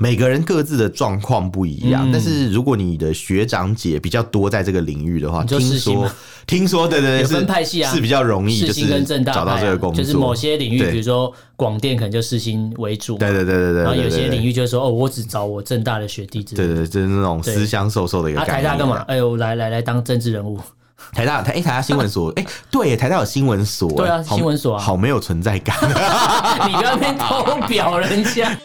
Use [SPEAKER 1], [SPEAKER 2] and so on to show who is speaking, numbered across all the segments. [SPEAKER 1] 每个人各自的状况不一样，
[SPEAKER 2] 嗯
[SPEAKER 1] 但是如果你的学长姐比较多在这个领域的话，
[SPEAKER 2] 你
[SPEAKER 1] 听
[SPEAKER 2] 说世新
[SPEAKER 1] 说
[SPEAKER 2] 吗
[SPEAKER 1] 听说对对对
[SPEAKER 2] 有
[SPEAKER 1] 是
[SPEAKER 2] 分派系啊
[SPEAKER 1] 是比较容易
[SPEAKER 2] 世
[SPEAKER 1] 就
[SPEAKER 2] 新
[SPEAKER 1] 是
[SPEAKER 2] 跟正大
[SPEAKER 1] 找到
[SPEAKER 2] 派啊
[SPEAKER 1] 这个工作，
[SPEAKER 2] 就是某些领域，
[SPEAKER 1] 对
[SPEAKER 2] 比如说广电可能就世新为主嘛，
[SPEAKER 1] 对对对对对，
[SPEAKER 2] 然后有些领
[SPEAKER 1] 域
[SPEAKER 2] 域就是说哦，我只找我正大的学弟之类
[SPEAKER 1] 对
[SPEAKER 2] 的。
[SPEAKER 1] 对对就是那种
[SPEAKER 2] 对
[SPEAKER 1] 私相授受的一个
[SPEAKER 2] 啊，
[SPEAKER 1] 概
[SPEAKER 2] 台
[SPEAKER 1] 念
[SPEAKER 2] 大
[SPEAKER 1] 啊。
[SPEAKER 2] 干嘛？哎呦，来来来，当政治人 物，
[SPEAKER 1] 台大台哎、台大新闻 所哎、对耶，台大有新闻所耶，
[SPEAKER 2] 对啊
[SPEAKER 1] 好
[SPEAKER 2] 新闻所啊
[SPEAKER 1] 好没有存在感。
[SPEAKER 2] 你不要在那边偷表人家。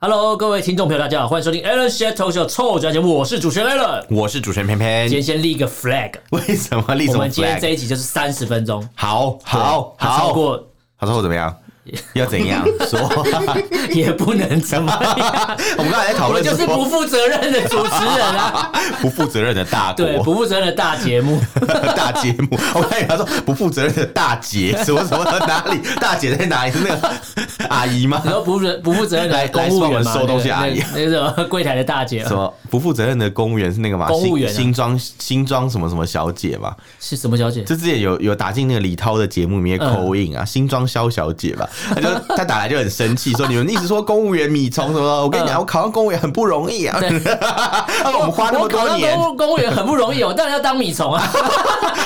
[SPEAKER 2] Hello，各位听众朋友，大家好，欢迎收听 Alan s h a t o Show 臭脚节目，我是主持人 Alan。
[SPEAKER 1] 我是主持人偏偏
[SPEAKER 2] 今，天先立一个 flag，
[SPEAKER 1] 为什么立什
[SPEAKER 2] 我
[SPEAKER 1] 么
[SPEAKER 2] 们今天这
[SPEAKER 1] flag？
[SPEAKER 2] 一集就是三十分钟，
[SPEAKER 1] 好好
[SPEAKER 2] 它超
[SPEAKER 1] 好，
[SPEAKER 2] 过
[SPEAKER 1] 他说我怎么 样？要怎样说？
[SPEAKER 2] 也不能怎么样，
[SPEAKER 1] 我们刚才在讨
[SPEAKER 2] 我
[SPEAKER 1] 论
[SPEAKER 2] 就是不
[SPEAKER 1] 说
[SPEAKER 2] 负责任的主持 人啊，
[SPEAKER 1] 不负责任的大
[SPEAKER 2] 对，
[SPEAKER 1] 国
[SPEAKER 2] 不负责任的大节 目。
[SPEAKER 1] 大节目， 我看他说不负责任的大姐 什么什么的哪里大姐在哪里？是那个阿姨吗？
[SPEAKER 2] 然后不负责不负责任
[SPEAKER 1] 来
[SPEAKER 2] 的公务员嘛，
[SPEAKER 1] 来收东西啊阿姨
[SPEAKER 2] 那个那个什么 柜台的大 姐啊
[SPEAKER 1] 什么不负责任的公务员是那个吗？
[SPEAKER 2] 公务员啊
[SPEAKER 1] 新新装新装什么什么小姐嘛？
[SPEAKER 2] 是什么小姐？
[SPEAKER 1] 就之前有有打进那个李涛的节目里面
[SPEAKER 2] 嗯
[SPEAKER 1] 口音啊，新庄萧小姐吧，她就她打来就很生气，说你们一直说公务员米虫什么的，我跟你讲，
[SPEAKER 2] 嗯
[SPEAKER 1] 我考上公务员很不容易 啊，她说我们花那么
[SPEAKER 2] 我考
[SPEAKER 1] 多
[SPEAKER 2] 上
[SPEAKER 1] 年，
[SPEAKER 2] 公务公务员 很不容易哦，我当然要当米虫 啊。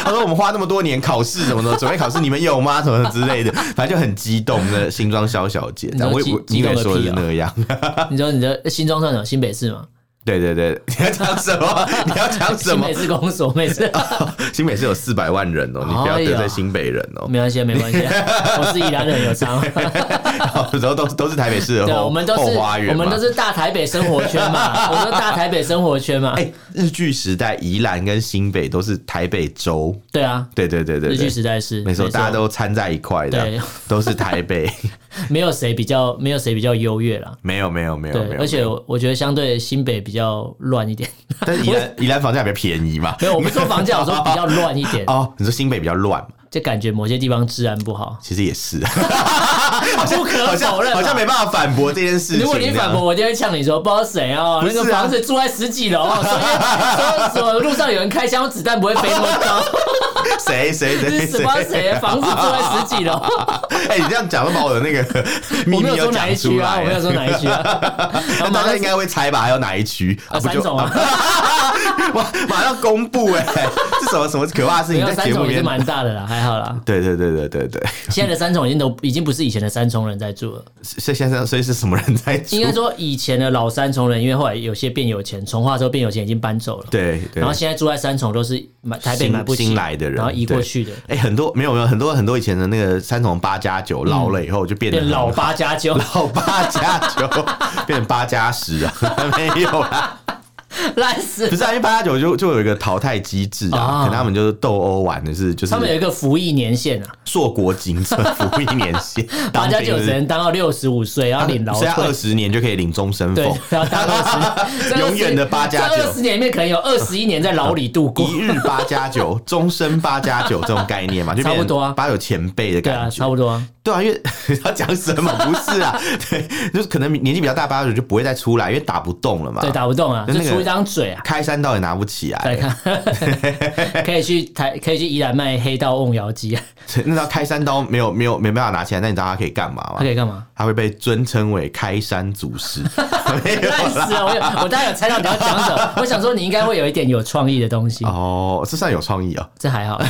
[SPEAKER 1] 她说我们花那么多年考试什么的，准备考试你们有吗？什么之类的，反正就很激动的新庄萧小姐，
[SPEAKER 2] 你说
[SPEAKER 1] 但我
[SPEAKER 2] 激
[SPEAKER 1] 我你以为说的是那
[SPEAKER 2] 啊
[SPEAKER 1] 样，
[SPEAKER 2] 你说你的新庄算什么？新北市吗？
[SPEAKER 1] 对对对，你要讲什么？你要讲啊什
[SPEAKER 2] 新
[SPEAKER 1] 么
[SPEAKER 2] 北？市公 所，每次
[SPEAKER 1] 新北是有四百万人哦，你不要
[SPEAKER 2] 哎呀
[SPEAKER 1] 得罪新北人哦。
[SPEAKER 2] 没关系啊，没关系啊， 我是宜兰人，有伤。
[SPEAKER 1] 然后都都是台北市的
[SPEAKER 2] 对啊，
[SPEAKER 1] 后
[SPEAKER 2] 我们都
[SPEAKER 1] 后
[SPEAKER 2] 是
[SPEAKER 1] 花园
[SPEAKER 2] 我
[SPEAKER 1] 嘛，
[SPEAKER 2] 们都是大台北生活圈 嘛，我们都大台北生活圈嘛
[SPEAKER 1] 哎、。日据时代，宜兰跟新北都是台北州，
[SPEAKER 2] 对啊，
[SPEAKER 1] 对对对对对
[SPEAKER 2] 日据，时代是
[SPEAKER 1] 没错，大家都掺在一块
[SPEAKER 2] 对
[SPEAKER 1] 的，都是台北，
[SPEAKER 2] 没有谁比较没有谁比较优越啦。
[SPEAKER 1] 没有没有没有没
[SPEAKER 2] 对，
[SPEAKER 1] 有，
[SPEAKER 2] 而且我我觉得相对新北比较 乱一点。
[SPEAKER 1] 但是宜兰宜兰房价比较便宜嘛，
[SPEAKER 2] 没有，我不说房价，我说比较乱一点，
[SPEAKER 1] 哦，你说新北比较乱嘛，
[SPEAKER 2] 就感觉某些地方治安不好。
[SPEAKER 1] 其实也 是，不
[SPEAKER 2] 不可否认嘛 啊
[SPEAKER 1] 好像没办法反驳这件事情，
[SPEAKER 2] 如果你反驳，我就会呛你说不知道谁哦，
[SPEAKER 1] 不
[SPEAKER 2] 那
[SPEAKER 1] 是啊
[SPEAKER 2] 个房子住在十 几楼，所以说说路上有人开枪，子弹不会飞那么 高，
[SPEAKER 1] 这 样谁谁
[SPEAKER 2] 这
[SPEAKER 1] 谁
[SPEAKER 2] 是什么谁？啊房子住在十几楼，
[SPEAKER 1] 哎、你这样讲都把我的那 个 秘
[SPEAKER 2] 我没
[SPEAKER 1] 密
[SPEAKER 2] 有
[SPEAKER 1] 又
[SPEAKER 2] 说哪
[SPEAKER 1] 讲
[SPEAKER 2] 一
[SPEAKER 1] 出
[SPEAKER 2] 区
[SPEAKER 1] 来
[SPEAKER 2] 啊，
[SPEAKER 1] 了，
[SPEAKER 2] 我没有说哪一区啊，然后
[SPEAKER 1] 那大
[SPEAKER 2] 马
[SPEAKER 1] 家
[SPEAKER 2] 上
[SPEAKER 1] 应该会猜吧？还有哪一区？
[SPEAKER 2] 啊
[SPEAKER 1] 不
[SPEAKER 2] 三
[SPEAKER 1] 就啊
[SPEAKER 2] 种啊，
[SPEAKER 1] 马马上公布 哎、这什么什么可怕的事
[SPEAKER 2] 没
[SPEAKER 1] 情
[SPEAKER 2] 有
[SPEAKER 1] 在
[SPEAKER 2] 三
[SPEAKER 1] 节目
[SPEAKER 2] 重
[SPEAKER 1] 里
[SPEAKER 2] 也是
[SPEAKER 1] 面？
[SPEAKER 2] 蛮大的啦，还好啦。
[SPEAKER 1] 对对对对对对，
[SPEAKER 2] 现在的三重已经都已经不是以前的三重人在住了，
[SPEAKER 1] 所以现在所以是什么人在住？
[SPEAKER 2] 应该说以前的老三重人，因为后来有些变有钱，从化之后变有钱已经搬走了，
[SPEAKER 1] 对对
[SPEAKER 2] 然后。现在住在三重都是买台北
[SPEAKER 1] 新
[SPEAKER 2] 买不起
[SPEAKER 1] 新来的人
[SPEAKER 2] 然后移过
[SPEAKER 1] 对
[SPEAKER 2] 去的，
[SPEAKER 1] 哎、很多没有没有很多很多以前的那个三重八加九老了以后就变得
[SPEAKER 2] 变
[SPEAKER 1] 很
[SPEAKER 2] 老八加九，
[SPEAKER 1] 老哦八加九变成八加十啊， 没有啦，
[SPEAKER 2] 烂死
[SPEAKER 1] 不。是、啊、因为八加九就就有一个淘汰机制啊，
[SPEAKER 2] 啊
[SPEAKER 1] 可能他们就是斗殴玩的是就是
[SPEAKER 2] 他们有一个服役年限啊，
[SPEAKER 1] 硕果仅存，服役年 限，
[SPEAKER 2] 八
[SPEAKER 1] 当
[SPEAKER 2] 加
[SPEAKER 1] 兵
[SPEAKER 2] 九
[SPEAKER 1] 就是
[SPEAKER 2] 只能当到六十五岁，然后领劳
[SPEAKER 1] 所以他二
[SPEAKER 2] 退。
[SPEAKER 1] 十年就可以领终身
[SPEAKER 2] 对
[SPEAKER 1] 俸，，
[SPEAKER 2] 要当 二十这20，
[SPEAKER 1] 永远的八加九
[SPEAKER 2] 这二十年里面可能有二十一年在牢里度过
[SPEAKER 1] 一，日八加 九，终身八加九这种概念嘛，就变成
[SPEAKER 2] 差不多啊
[SPEAKER 1] 八九前辈的
[SPEAKER 2] 对
[SPEAKER 1] 感
[SPEAKER 2] 啊，
[SPEAKER 1] 觉，
[SPEAKER 2] 差不多啊。
[SPEAKER 1] 对啊，因为 要讲什么不是啊， 对，就是可能年纪比较大，八九就不会再出来，因为打不动了嘛，
[SPEAKER 2] 对，打不动啊，
[SPEAKER 1] 就
[SPEAKER 2] 就
[SPEAKER 1] 那个
[SPEAKER 2] 出一张 嘴啊。
[SPEAKER 1] 开山刀也拿不起
[SPEAKER 2] 来
[SPEAKER 1] 来，
[SPEAKER 2] 看，可以去台，可以去宜兰卖黑道瓮窑鸡啊，
[SPEAKER 1] 那道开山刀没有没有没办法拿起来，那你知道他可以干嘛
[SPEAKER 2] 他
[SPEAKER 1] 吗
[SPEAKER 2] 可？以干嘛？
[SPEAKER 1] 他会被尊称为开山祖师，没 有
[SPEAKER 2] 烂
[SPEAKER 1] 啦
[SPEAKER 2] 死了！我有我大概有猜到你要讲什么，我想说你应该会有一点有创意的东西，
[SPEAKER 1] 哦，这算有创意哦。
[SPEAKER 2] 这 还好，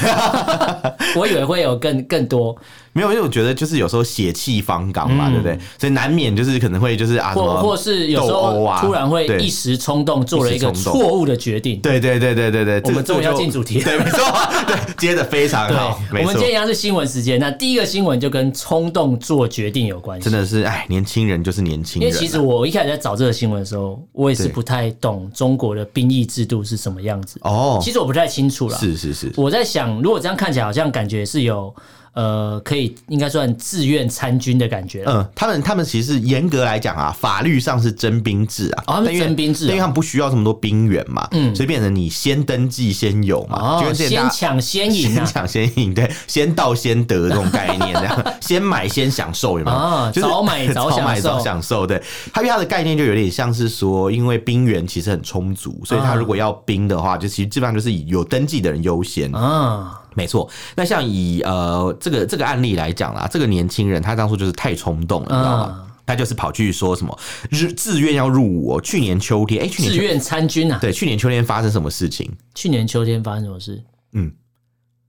[SPEAKER 2] 我以为会有更更多，
[SPEAKER 1] 没有，因为我觉得就是有时候血气方刚嘛，对不对？所以难免就是可能会就是啊，什
[SPEAKER 2] 或
[SPEAKER 1] 么
[SPEAKER 2] 或是有时
[SPEAKER 1] 斗殴
[SPEAKER 2] 候
[SPEAKER 1] 啊
[SPEAKER 2] 突然会
[SPEAKER 1] 对
[SPEAKER 2] 一时冲动做了一个
[SPEAKER 1] 一时冲动
[SPEAKER 2] 错误的决定。
[SPEAKER 1] 对对对对对对，
[SPEAKER 2] 我们
[SPEAKER 1] 这个
[SPEAKER 2] 终于要
[SPEAKER 1] 就
[SPEAKER 2] 进主题了
[SPEAKER 1] 对，没错，对，接的非常
[SPEAKER 2] 对，
[SPEAKER 1] 好，没
[SPEAKER 2] 我们
[SPEAKER 1] 错
[SPEAKER 2] 今天，一样是新闻时间。那第一个新闻就跟冲动做决定有关系，
[SPEAKER 1] 真。的是哎，年轻人就是年轻
[SPEAKER 2] 因
[SPEAKER 1] 人
[SPEAKER 2] 为
[SPEAKER 1] 啊，
[SPEAKER 2] 其实我一开始在找这个新闻的时候，我也是
[SPEAKER 1] 对
[SPEAKER 2] 不太懂中国的兵役制度是什么样子。
[SPEAKER 1] 哦，
[SPEAKER 2] 其实我不太清楚啦。
[SPEAKER 1] 是是是，
[SPEAKER 2] 我在想，如果这样看起来，好像感觉是有呃，可以应该算自愿参军的感觉了。
[SPEAKER 1] 嗯，他们他们其实严格来讲啊，法律上是征兵制啊，
[SPEAKER 2] 哦他们
[SPEAKER 1] 但因为
[SPEAKER 2] 征兵制
[SPEAKER 1] 但
[SPEAKER 2] 啊
[SPEAKER 1] 因为他们不需要这么多兵源嘛，嗯，所以变成你先登记先有嘛，就
[SPEAKER 2] 哦，
[SPEAKER 1] 跟之前大
[SPEAKER 2] 先
[SPEAKER 1] 家
[SPEAKER 2] 抢先赢
[SPEAKER 1] 先
[SPEAKER 2] 啊！
[SPEAKER 1] 抢先赢，对，先到先得这种概念，这 样先买先享受，有没有？
[SPEAKER 2] 啊
[SPEAKER 1] 就是
[SPEAKER 2] 早买早享受
[SPEAKER 1] 买 早享受，对。它因为它的概念就有点像是说，因为兵源其实很充足，所以它
[SPEAKER 2] 啊
[SPEAKER 1] 如果要兵的话，就其实基本上就是以有登记的人优先。
[SPEAKER 2] 啊，
[SPEAKER 1] 没错，那像以呃这个这个案例来讲啦，这个年轻人他当初就是太冲动了，你知道
[SPEAKER 2] 嗯
[SPEAKER 1] 吗？他就是跑去说什么日自愿要入伍、哦，去年秋天，哎、去年
[SPEAKER 2] 自
[SPEAKER 1] 秋
[SPEAKER 2] 愿参军啊！
[SPEAKER 1] 对，去年秋天发生什么事情？
[SPEAKER 2] 去年秋天发生什么事？
[SPEAKER 1] 嗯，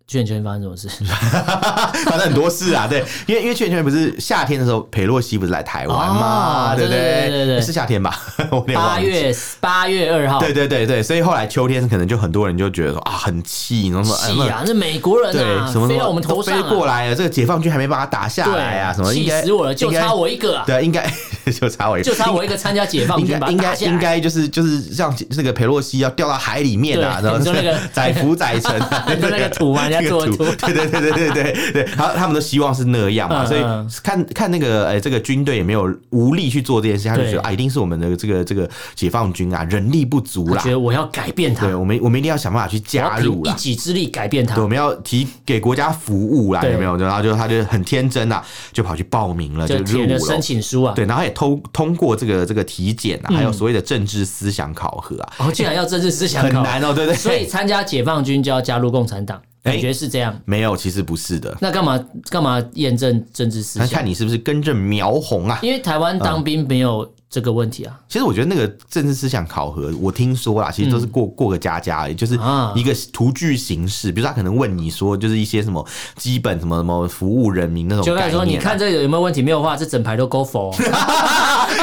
[SPEAKER 2] 去年秋天发生什么事？
[SPEAKER 1] 反正很多事啊，对，因为因为去年秋天不是夏天的时候，裴洛西不是来台湾嘛，
[SPEAKER 2] 哦
[SPEAKER 1] 对不
[SPEAKER 2] 对对对对对
[SPEAKER 1] 是夏天吧？ 我有点忘
[SPEAKER 2] 八
[SPEAKER 1] 记。
[SPEAKER 2] 月八月二号，
[SPEAKER 1] 对对对对，所以后来秋天可能就很多人就觉得说啊很气，然后说哎
[SPEAKER 2] 气啊！那美国人
[SPEAKER 1] 对
[SPEAKER 2] 啊，
[SPEAKER 1] 什么什
[SPEAKER 2] 飞
[SPEAKER 1] 么
[SPEAKER 2] 到我们头上
[SPEAKER 1] 都
[SPEAKER 2] 啊，
[SPEAKER 1] 飞过来了，这个解放军还没把他打下
[SPEAKER 2] 对
[SPEAKER 1] 来啊，什么应
[SPEAKER 2] 气
[SPEAKER 1] 该
[SPEAKER 2] 死我了，就
[SPEAKER 1] 应该
[SPEAKER 2] 差我一个啊！
[SPEAKER 1] 对，应该就差我一个，
[SPEAKER 2] 就差我一个参加解放
[SPEAKER 1] 应
[SPEAKER 2] 军
[SPEAKER 1] 该
[SPEAKER 2] 把
[SPEAKER 1] 应
[SPEAKER 2] 他打
[SPEAKER 1] 该
[SPEAKER 2] 下来
[SPEAKER 1] 应该就是就是让这个佩洛西要掉到海里面啊，
[SPEAKER 2] 对
[SPEAKER 1] 然后
[SPEAKER 2] 你说那个，
[SPEAKER 1] 载浮载沉啊
[SPEAKER 2] 你说那个图嘛人家做 的
[SPEAKER 1] 那个
[SPEAKER 2] 图
[SPEAKER 1] 对对对对对对对，然后他们都希望是那样嘛，
[SPEAKER 2] 嗯
[SPEAKER 1] 所以
[SPEAKER 2] 嗯
[SPEAKER 1] 看看那个呃这个军队也没有无力去做这件事，他就觉得
[SPEAKER 2] 对
[SPEAKER 1] 啊，一定是我们的这个这个解放军啊人力不足
[SPEAKER 2] 我
[SPEAKER 1] 啦
[SPEAKER 2] 觉，得我要改变他
[SPEAKER 1] 对，我们我们一定要想办法去加入
[SPEAKER 2] 我
[SPEAKER 1] 啦
[SPEAKER 2] 要凭一。啊己之力改变他
[SPEAKER 1] 对，我。们要提给国家服务啦，
[SPEAKER 2] 对
[SPEAKER 1] 有没有？然后就他就很天真啊，就跑去报名了，就
[SPEAKER 2] 就
[SPEAKER 1] 入
[SPEAKER 2] 填了
[SPEAKER 1] 伍了
[SPEAKER 2] 申。请书啊，
[SPEAKER 1] 对，然后也通通过这个这个体检
[SPEAKER 2] 嗯
[SPEAKER 1] 啊，还有所谓的政治思想考核啊，
[SPEAKER 2] 哦，竟然要政治思想
[SPEAKER 1] 很
[SPEAKER 2] 考，
[SPEAKER 1] 难哦，对不对？
[SPEAKER 2] 所以参加解放军就要加入共产党，
[SPEAKER 1] 哎
[SPEAKER 2] 感觉是这样。
[SPEAKER 1] 没有，其实不是的，
[SPEAKER 2] 那干嘛干嘛验证政治思
[SPEAKER 1] 那
[SPEAKER 2] 想？嗯
[SPEAKER 1] 看你是不是跟着苗红啊。
[SPEAKER 2] 因为台湾当兵没有这个问题啊，
[SPEAKER 1] 其实我觉得那个政治思想考核，我听说啦，其实都是过、过个家家而已，就是
[SPEAKER 2] 嗯啊
[SPEAKER 1] 一个图具形式。比如说他可能问你说，就是一些什么基本什么什么服务人民那种
[SPEAKER 2] 就
[SPEAKER 1] 概
[SPEAKER 2] 开
[SPEAKER 1] 念、啊。
[SPEAKER 2] 始说你看这个有没有问题？没有的话，这整排都勾 否哦。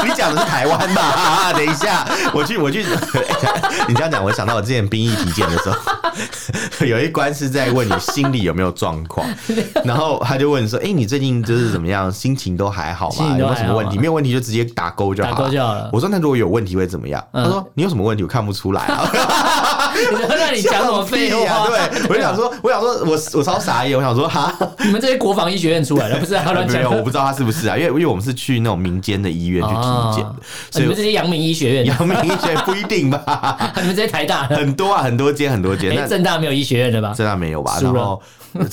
[SPEAKER 1] 你讲的是台湾吧、 啊等一下，我去，我去。 你这样讲，我想到我之前兵役体检的时候， 有一关是在问你心理有没有状 况，然后他就问说：“哎、你最近就是怎么样？心情都还好
[SPEAKER 2] 心
[SPEAKER 1] 吗？
[SPEAKER 2] 情
[SPEAKER 1] 有
[SPEAKER 2] 都
[SPEAKER 1] 没有
[SPEAKER 2] 还好啊
[SPEAKER 1] 什么问题？没有问题就直接打勾就好。”
[SPEAKER 2] 打勾就好嗯了
[SPEAKER 1] 我说：“那如果有问题会怎么样？”他说：“你有什么问题？我看不出来 啊。”
[SPEAKER 2] 那你讲什么废
[SPEAKER 1] 笑屁
[SPEAKER 2] 话？
[SPEAKER 1] 啊 对，我就想说，我想说，我我超傻眼，我想说哈。
[SPEAKER 2] 你们这些国防医学院出来的，不是啊 乱
[SPEAKER 1] 没
[SPEAKER 2] 讲
[SPEAKER 1] 有，。我不知道他是不是啊，因为因为我们是去那种民间的医院去体检的
[SPEAKER 2] 啊，
[SPEAKER 1] 所
[SPEAKER 2] 你们
[SPEAKER 1] 以
[SPEAKER 2] 这些阳明医学院 的，
[SPEAKER 1] 阳明医学不一定吧。
[SPEAKER 2] 你们这些台大 的，
[SPEAKER 1] 很多啊，很多间，很多间。
[SPEAKER 2] 哎，
[SPEAKER 1] 那
[SPEAKER 2] 正大没有医学院的吧？
[SPEAKER 1] 浙大没有吧？
[SPEAKER 2] 输
[SPEAKER 1] 然
[SPEAKER 2] 了
[SPEAKER 1] 后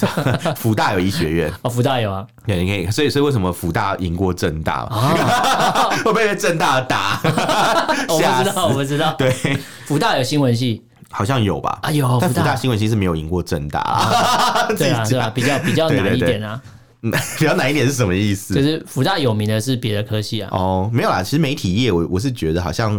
[SPEAKER 1] 福大有医学院，
[SPEAKER 2] 哦，福大有啊。
[SPEAKER 1] 对，你可以。所以，所以为什么福大赢过正大嘛？ 会被正大打，
[SPEAKER 2] 啊 哦我
[SPEAKER 1] 吓
[SPEAKER 2] 不知
[SPEAKER 1] 死
[SPEAKER 2] 道，！我不知道。
[SPEAKER 1] 对，
[SPEAKER 2] 福大有新闻系，
[SPEAKER 1] 好像有吧？
[SPEAKER 2] 哎呦
[SPEAKER 1] 但福
[SPEAKER 2] 福
[SPEAKER 1] 大
[SPEAKER 2] 大
[SPEAKER 1] 新闻系是没有赢过正大啊， 自
[SPEAKER 2] 对
[SPEAKER 1] 己
[SPEAKER 2] 啊，对啊，
[SPEAKER 1] 讲。
[SPEAKER 2] 比较比较
[SPEAKER 1] 对对
[SPEAKER 2] 难一
[SPEAKER 1] 对嗯
[SPEAKER 2] 点啊。
[SPEAKER 1] 比较难一点是什么意
[SPEAKER 2] 就
[SPEAKER 1] 思？
[SPEAKER 2] 是福大有名的是别的科系啊。
[SPEAKER 1] 哦，没有啦，其实媒体业我我是觉得好像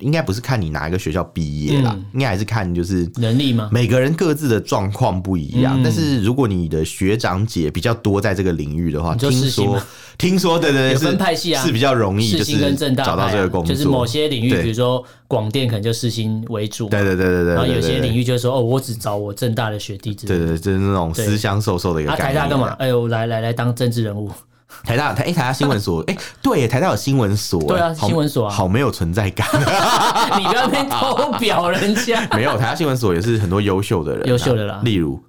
[SPEAKER 1] 应该不是看你哪一个学校毕业啦，
[SPEAKER 2] 嗯
[SPEAKER 1] 应该还是看就是
[SPEAKER 2] 能力吗？
[SPEAKER 1] 每个人各自的状况不一样，
[SPEAKER 2] 嗯
[SPEAKER 1] 但是如果你的学长姐比较多在这个领域的话，
[SPEAKER 2] 你就
[SPEAKER 1] 听
[SPEAKER 2] 世新
[SPEAKER 1] 说
[SPEAKER 2] 嘛
[SPEAKER 1] 听说对对对
[SPEAKER 2] 有
[SPEAKER 1] 是
[SPEAKER 2] 分派系啊
[SPEAKER 1] 是比较容易
[SPEAKER 2] 世
[SPEAKER 1] 就
[SPEAKER 2] 新
[SPEAKER 1] 是
[SPEAKER 2] 跟正大
[SPEAKER 1] 找到
[SPEAKER 2] 派啊
[SPEAKER 1] 这个工作，
[SPEAKER 2] 就是某些领域，
[SPEAKER 1] 对
[SPEAKER 2] 比如说广电可能就世新为主嘛，
[SPEAKER 1] 对对对对对，
[SPEAKER 2] 然后有些领
[SPEAKER 1] 域
[SPEAKER 2] 域就是说哦，我只找我正大的学弟之类
[SPEAKER 1] 对
[SPEAKER 2] 的。
[SPEAKER 1] 对对就是那种
[SPEAKER 2] 对
[SPEAKER 1] 私相授受的一个
[SPEAKER 2] 啊，
[SPEAKER 1] 概
[SPEAKER 2] 台
[SPEAKER 1] 念啊。
[SPEAKER 2] 大干嘛？哎呦，来来来，当政治 人物，
[SPEAKER 1] 台大台哎台大新闻 所哎对耶台大有新闻所哎
[SPEAKER 2] 对啊
[SPEAKER 1] 好
[SPEAKER 2] 新闻所啊
[SPEAKER 1] 好没有存在感，
[SPEAKER 2] 啊你不要被偷表人家
[SPEAKER 1] 没有台大新闻所也是很多优秀的人啊，
[SPEAKER 2] 优秀的啦
[SPEAKER 1] 例如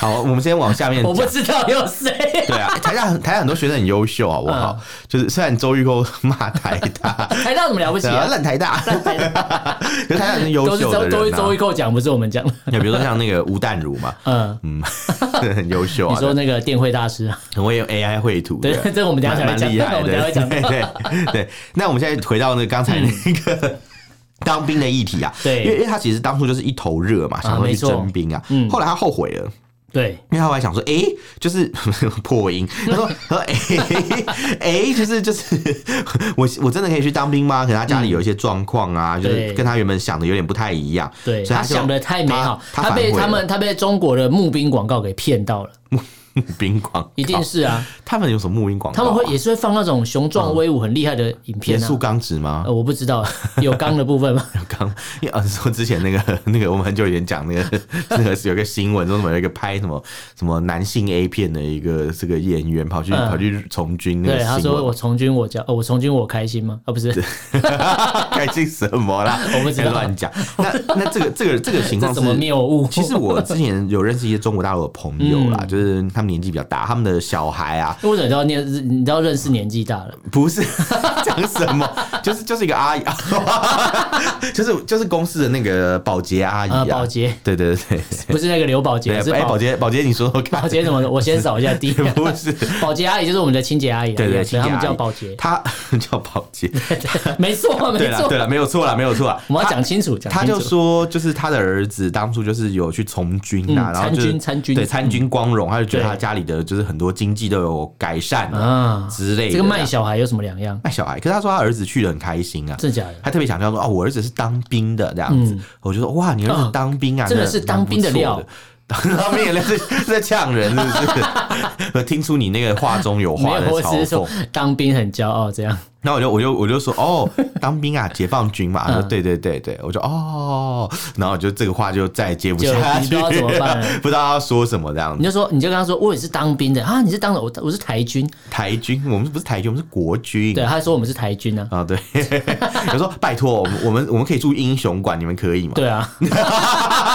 [SPEAKER 1] 好，我们先往下面
[SPEAKER 2] 我
[SPEAKER 1] 讲
[SPEAKER 2] 不。知道有谁。
[SPEAKER 1] 对啊，台大台大很多学生很优秀，好不好？
[SPEAKER 2] 嗯
[SPEAKER 1] 就是虽然周玉蔻骂台大，
[SPEAKER 2] 台大怎么了不起
[SPEAKER 1] 对啊，
[SPEAKER 2] 啊？
[SPEAKER 1] 烂台大， 可是台大很
[SPEAKER 2] 都
[SPEAKER 1] 优
[SPEAKER 2] 是
[SPEAKER 1] 秀
[SPEAKER 2] 周
[SPEAKER 1] 的
[SPEAKER 2] 都是
[SPEAKER 1] 人
[SPEAKER 2] 周一
[SPEAKER 1] 啊。
[SPEAKER 2] 蔻讲，不是我们讲。
[SPEAKER 1] 你比如说像那个吴淡如嘛，
[SPEAKER 2] 嗯，
[SPEAKER 1] 嗯， 很优秀
[SPEAKER 2] 你
[SPEAKER 1] 啊，
[SPEAKER 2] 说那个电绘大师啊，
[SPEAKER 1] 很会用 AI 绘图，
[SPEAKER 2] 对
[SPEAKER 1] 啊
[SPEAKER 2] 这个我们等一下才
[SPEAKER 1] 蛮
[SPEAKER 2] 会讲
[SPEAKER 1] 蛮厉害的，
[SPEAKER 2] 这个我们等一下
[SPEAKER 1] 对对对对。那我们现在回到那个刚才那个 当兵的议题啊，
[SPEAKER 2] 对
[SPEAKER 1] 因为因为他其实当初就是一头热嘛，想要去
[SPEAKER 2] 没错
[SPEAKER 1] 征兵啊，
[SPEAKER 2] 嗯
[SPEAKER 1] 后来他后悔了。
[SPEAKER 2] 对，
[SPEAKER 1] 因为他后来想说，哎、就是 破音，他说，他说，哎、 哎、就是就是，我我真的可以去当兵吗？可能他家里有一些状况啊，就是
[SPEAKER 2] 嗯对
[SPEAKER 1] 跟他原本想的有点不太一样，
[SPEAKER 2] 对
[SPEAKER 1] 所以
[SPEAKER 2] 他
[SPEAKER 1] 就
[SPEAKER 2] 想的太美好，
[SPEAKER 1] 他
[SPEAKER 2] 他被
[SPEAKER 1] 反悔
[SPEAKER 2] 他们他被中国的募兵广告给骗到了，
[SPEAKER 1] 募 兵广告，
[SPEAKER 2] 一定 是啊，
[SPEAKER 1] 他们有什么募兵广告
[SPEAKER 2] 他
[SPEAKER 1] 啊、
[SPEAKER 2] 们会也是会放那种雄壮威武很厉害的影
[SPEAKER 1] 严
[SPEAKER 2] 片啊
[SPEAKER 1] 肃。刚直吗？
[SPEAKER 2] 呃，我不知道 有刚的部分吗？
[SPEAKER 1] 刚因为啊，说之前那个 那个，我们很久以前讲那个 那个有个新闻，说什么有一个拍什么什么男性 A 片的一个这个演员跑去、
[SPEAKER 2] 嗯
[SPEAKER 1] 跑去从军那
[SPEAKER 2] 对，他
[SPEAKER 1] 个新
[SPEAKER 2] 说我
[SPEAKER 1] 闻，
[SPEAKER 2] 从军我骄，呃我从军我开心吗？啊，不是，
[SPEAKER 1] 开心什么啦？哎
[SPEAKER 2] 我不知道
[SPEAKER 1] 乱讲。那那这个这个这个情
[SPEAKER 2] 这
[SPEAKER 1] 况
[SPEAKER 2] 什么
[SPEAKER 1] 是。
[SPEAKER 2] 谬误？嗯
[SPEAKER 1] 其实我之前有认识一些中国大陆的朋友啦，就是他们们年纪比较大，他们的小孩啊，
[SPEAKER 2] 为什么都要念？你都要认识年纪大了，
[SPEAKER 1] 不是 讲什么，就是就是一个阿姨， 就是就是公司的那个保洁阿姨啊，
[SPEAKER 2] 呃保洁
[SPEAKER 1] 对对对
[SPEAKER 2] 不是那个刘宝
[SPEAKER 1] 对
[SPEAKER 2] 洁，是
[SPEAKER 1] 对，哎， 保洁保洁，你说说看，
[SPEAKER 2] 保洁怎么了？我先扫一下地。
[SPEAKER 1] 不是，
[SPEAKER 2] 保洁阿姨就是我们的清洁阿姨啊，
[SPEAKER 1] 对对，清洁
[SPEAKER 2] 他们
[SPEAKER 1] 阿姨，
[SPEAKER 2] 叫保洁
[SPEAKER 1] 他 叫保洁，
[SPEAKER 2] 没错 没
[SPEAKER 1] 对了
[SPEAKER 2] 错
[SPEAKER 1] 对，了，没有错了，没有错了，
[SPEAKER 2] 我们要讲清楚，讲
[SPEAKER 1] 他
[SPEAKER 2] 清
[SPEAKER 1] 就
[SPEAKER 2] 楚。
[SPEAKER 1] 说，就是他的儿子当初就是有去从军啊，
[SPEAKER 2] 嗯
[SPEAKER 1] 然后就是
[SPEAKER 2] 参军参军嗯
[SPEAKER 1] 对参军光荣，他就觉得
[SPEAKER 2] 对
[SPEAKER 1] 他家里的就是很多经济都有改善啊
[SPEAKER 2] 啊
[SPEAKER 1] 之类的。
[SPEAKER 2] 这个卖小孩有什么两样？
[SPEAKER 1] 卖小孩，可是他说他儿子去的很开心啊，
[SPEAKER 2] 真的假的？
[SPEAKER 1] 他特别强调说哦，我儿子是当兵的这样子
[SPEAKER 2] 嗯，
[SPEAKER 1] 我就说哇，你儿子当兵啊，
[SPEAKER 2] 真的是当兵的
[SPEAKER 1] 那
[SPEAKER 2] 料
[SPEAKER 1] 蛮不错的。 当兵的料是 是在呛人，是不是？ 我听出你那个话中有
[SPEAKER 2] 没
[SPEAKER 1] 话的
[SPEAKER 2] 有，我只
[SPEAKER 1] 嘲
[SPEAKER 2] 是说
[SPEAKER 1] 讽。
[SPEAKER 2] 当兵很骄傲这样。
[SPEAKER 1] 那我就我就我就说 哦，当兵啊，解放军嘛。他说
[SPEAKER 2] 嗯
[SPEAKER 1] 对对对对，我就哦，然后我就这个话就再也接不
[SPEAKER 2] 就
[SPEAKER 1] 下
[SPEAKER 2] 你
[SPEAKER 1] 去，
[SPEAKER 2] 不知道怎么办了
[SPEAKER 1] 不知道要说什么这样子。
[SPEAKER 2] 你就说，你就跟他说，我也是当兵的啊，你是当的，我我是台军，
[SPEAKER 1] 台军，我们不是台军，我们是国军。
[SPEAKER 2] 对，他说我们是台军啊，
[SPEAKER 1] 啊，对， 我说拜托，我们我们我们可以住英雄馆，你们可以吗？
[SPEAKER 2] 对啊，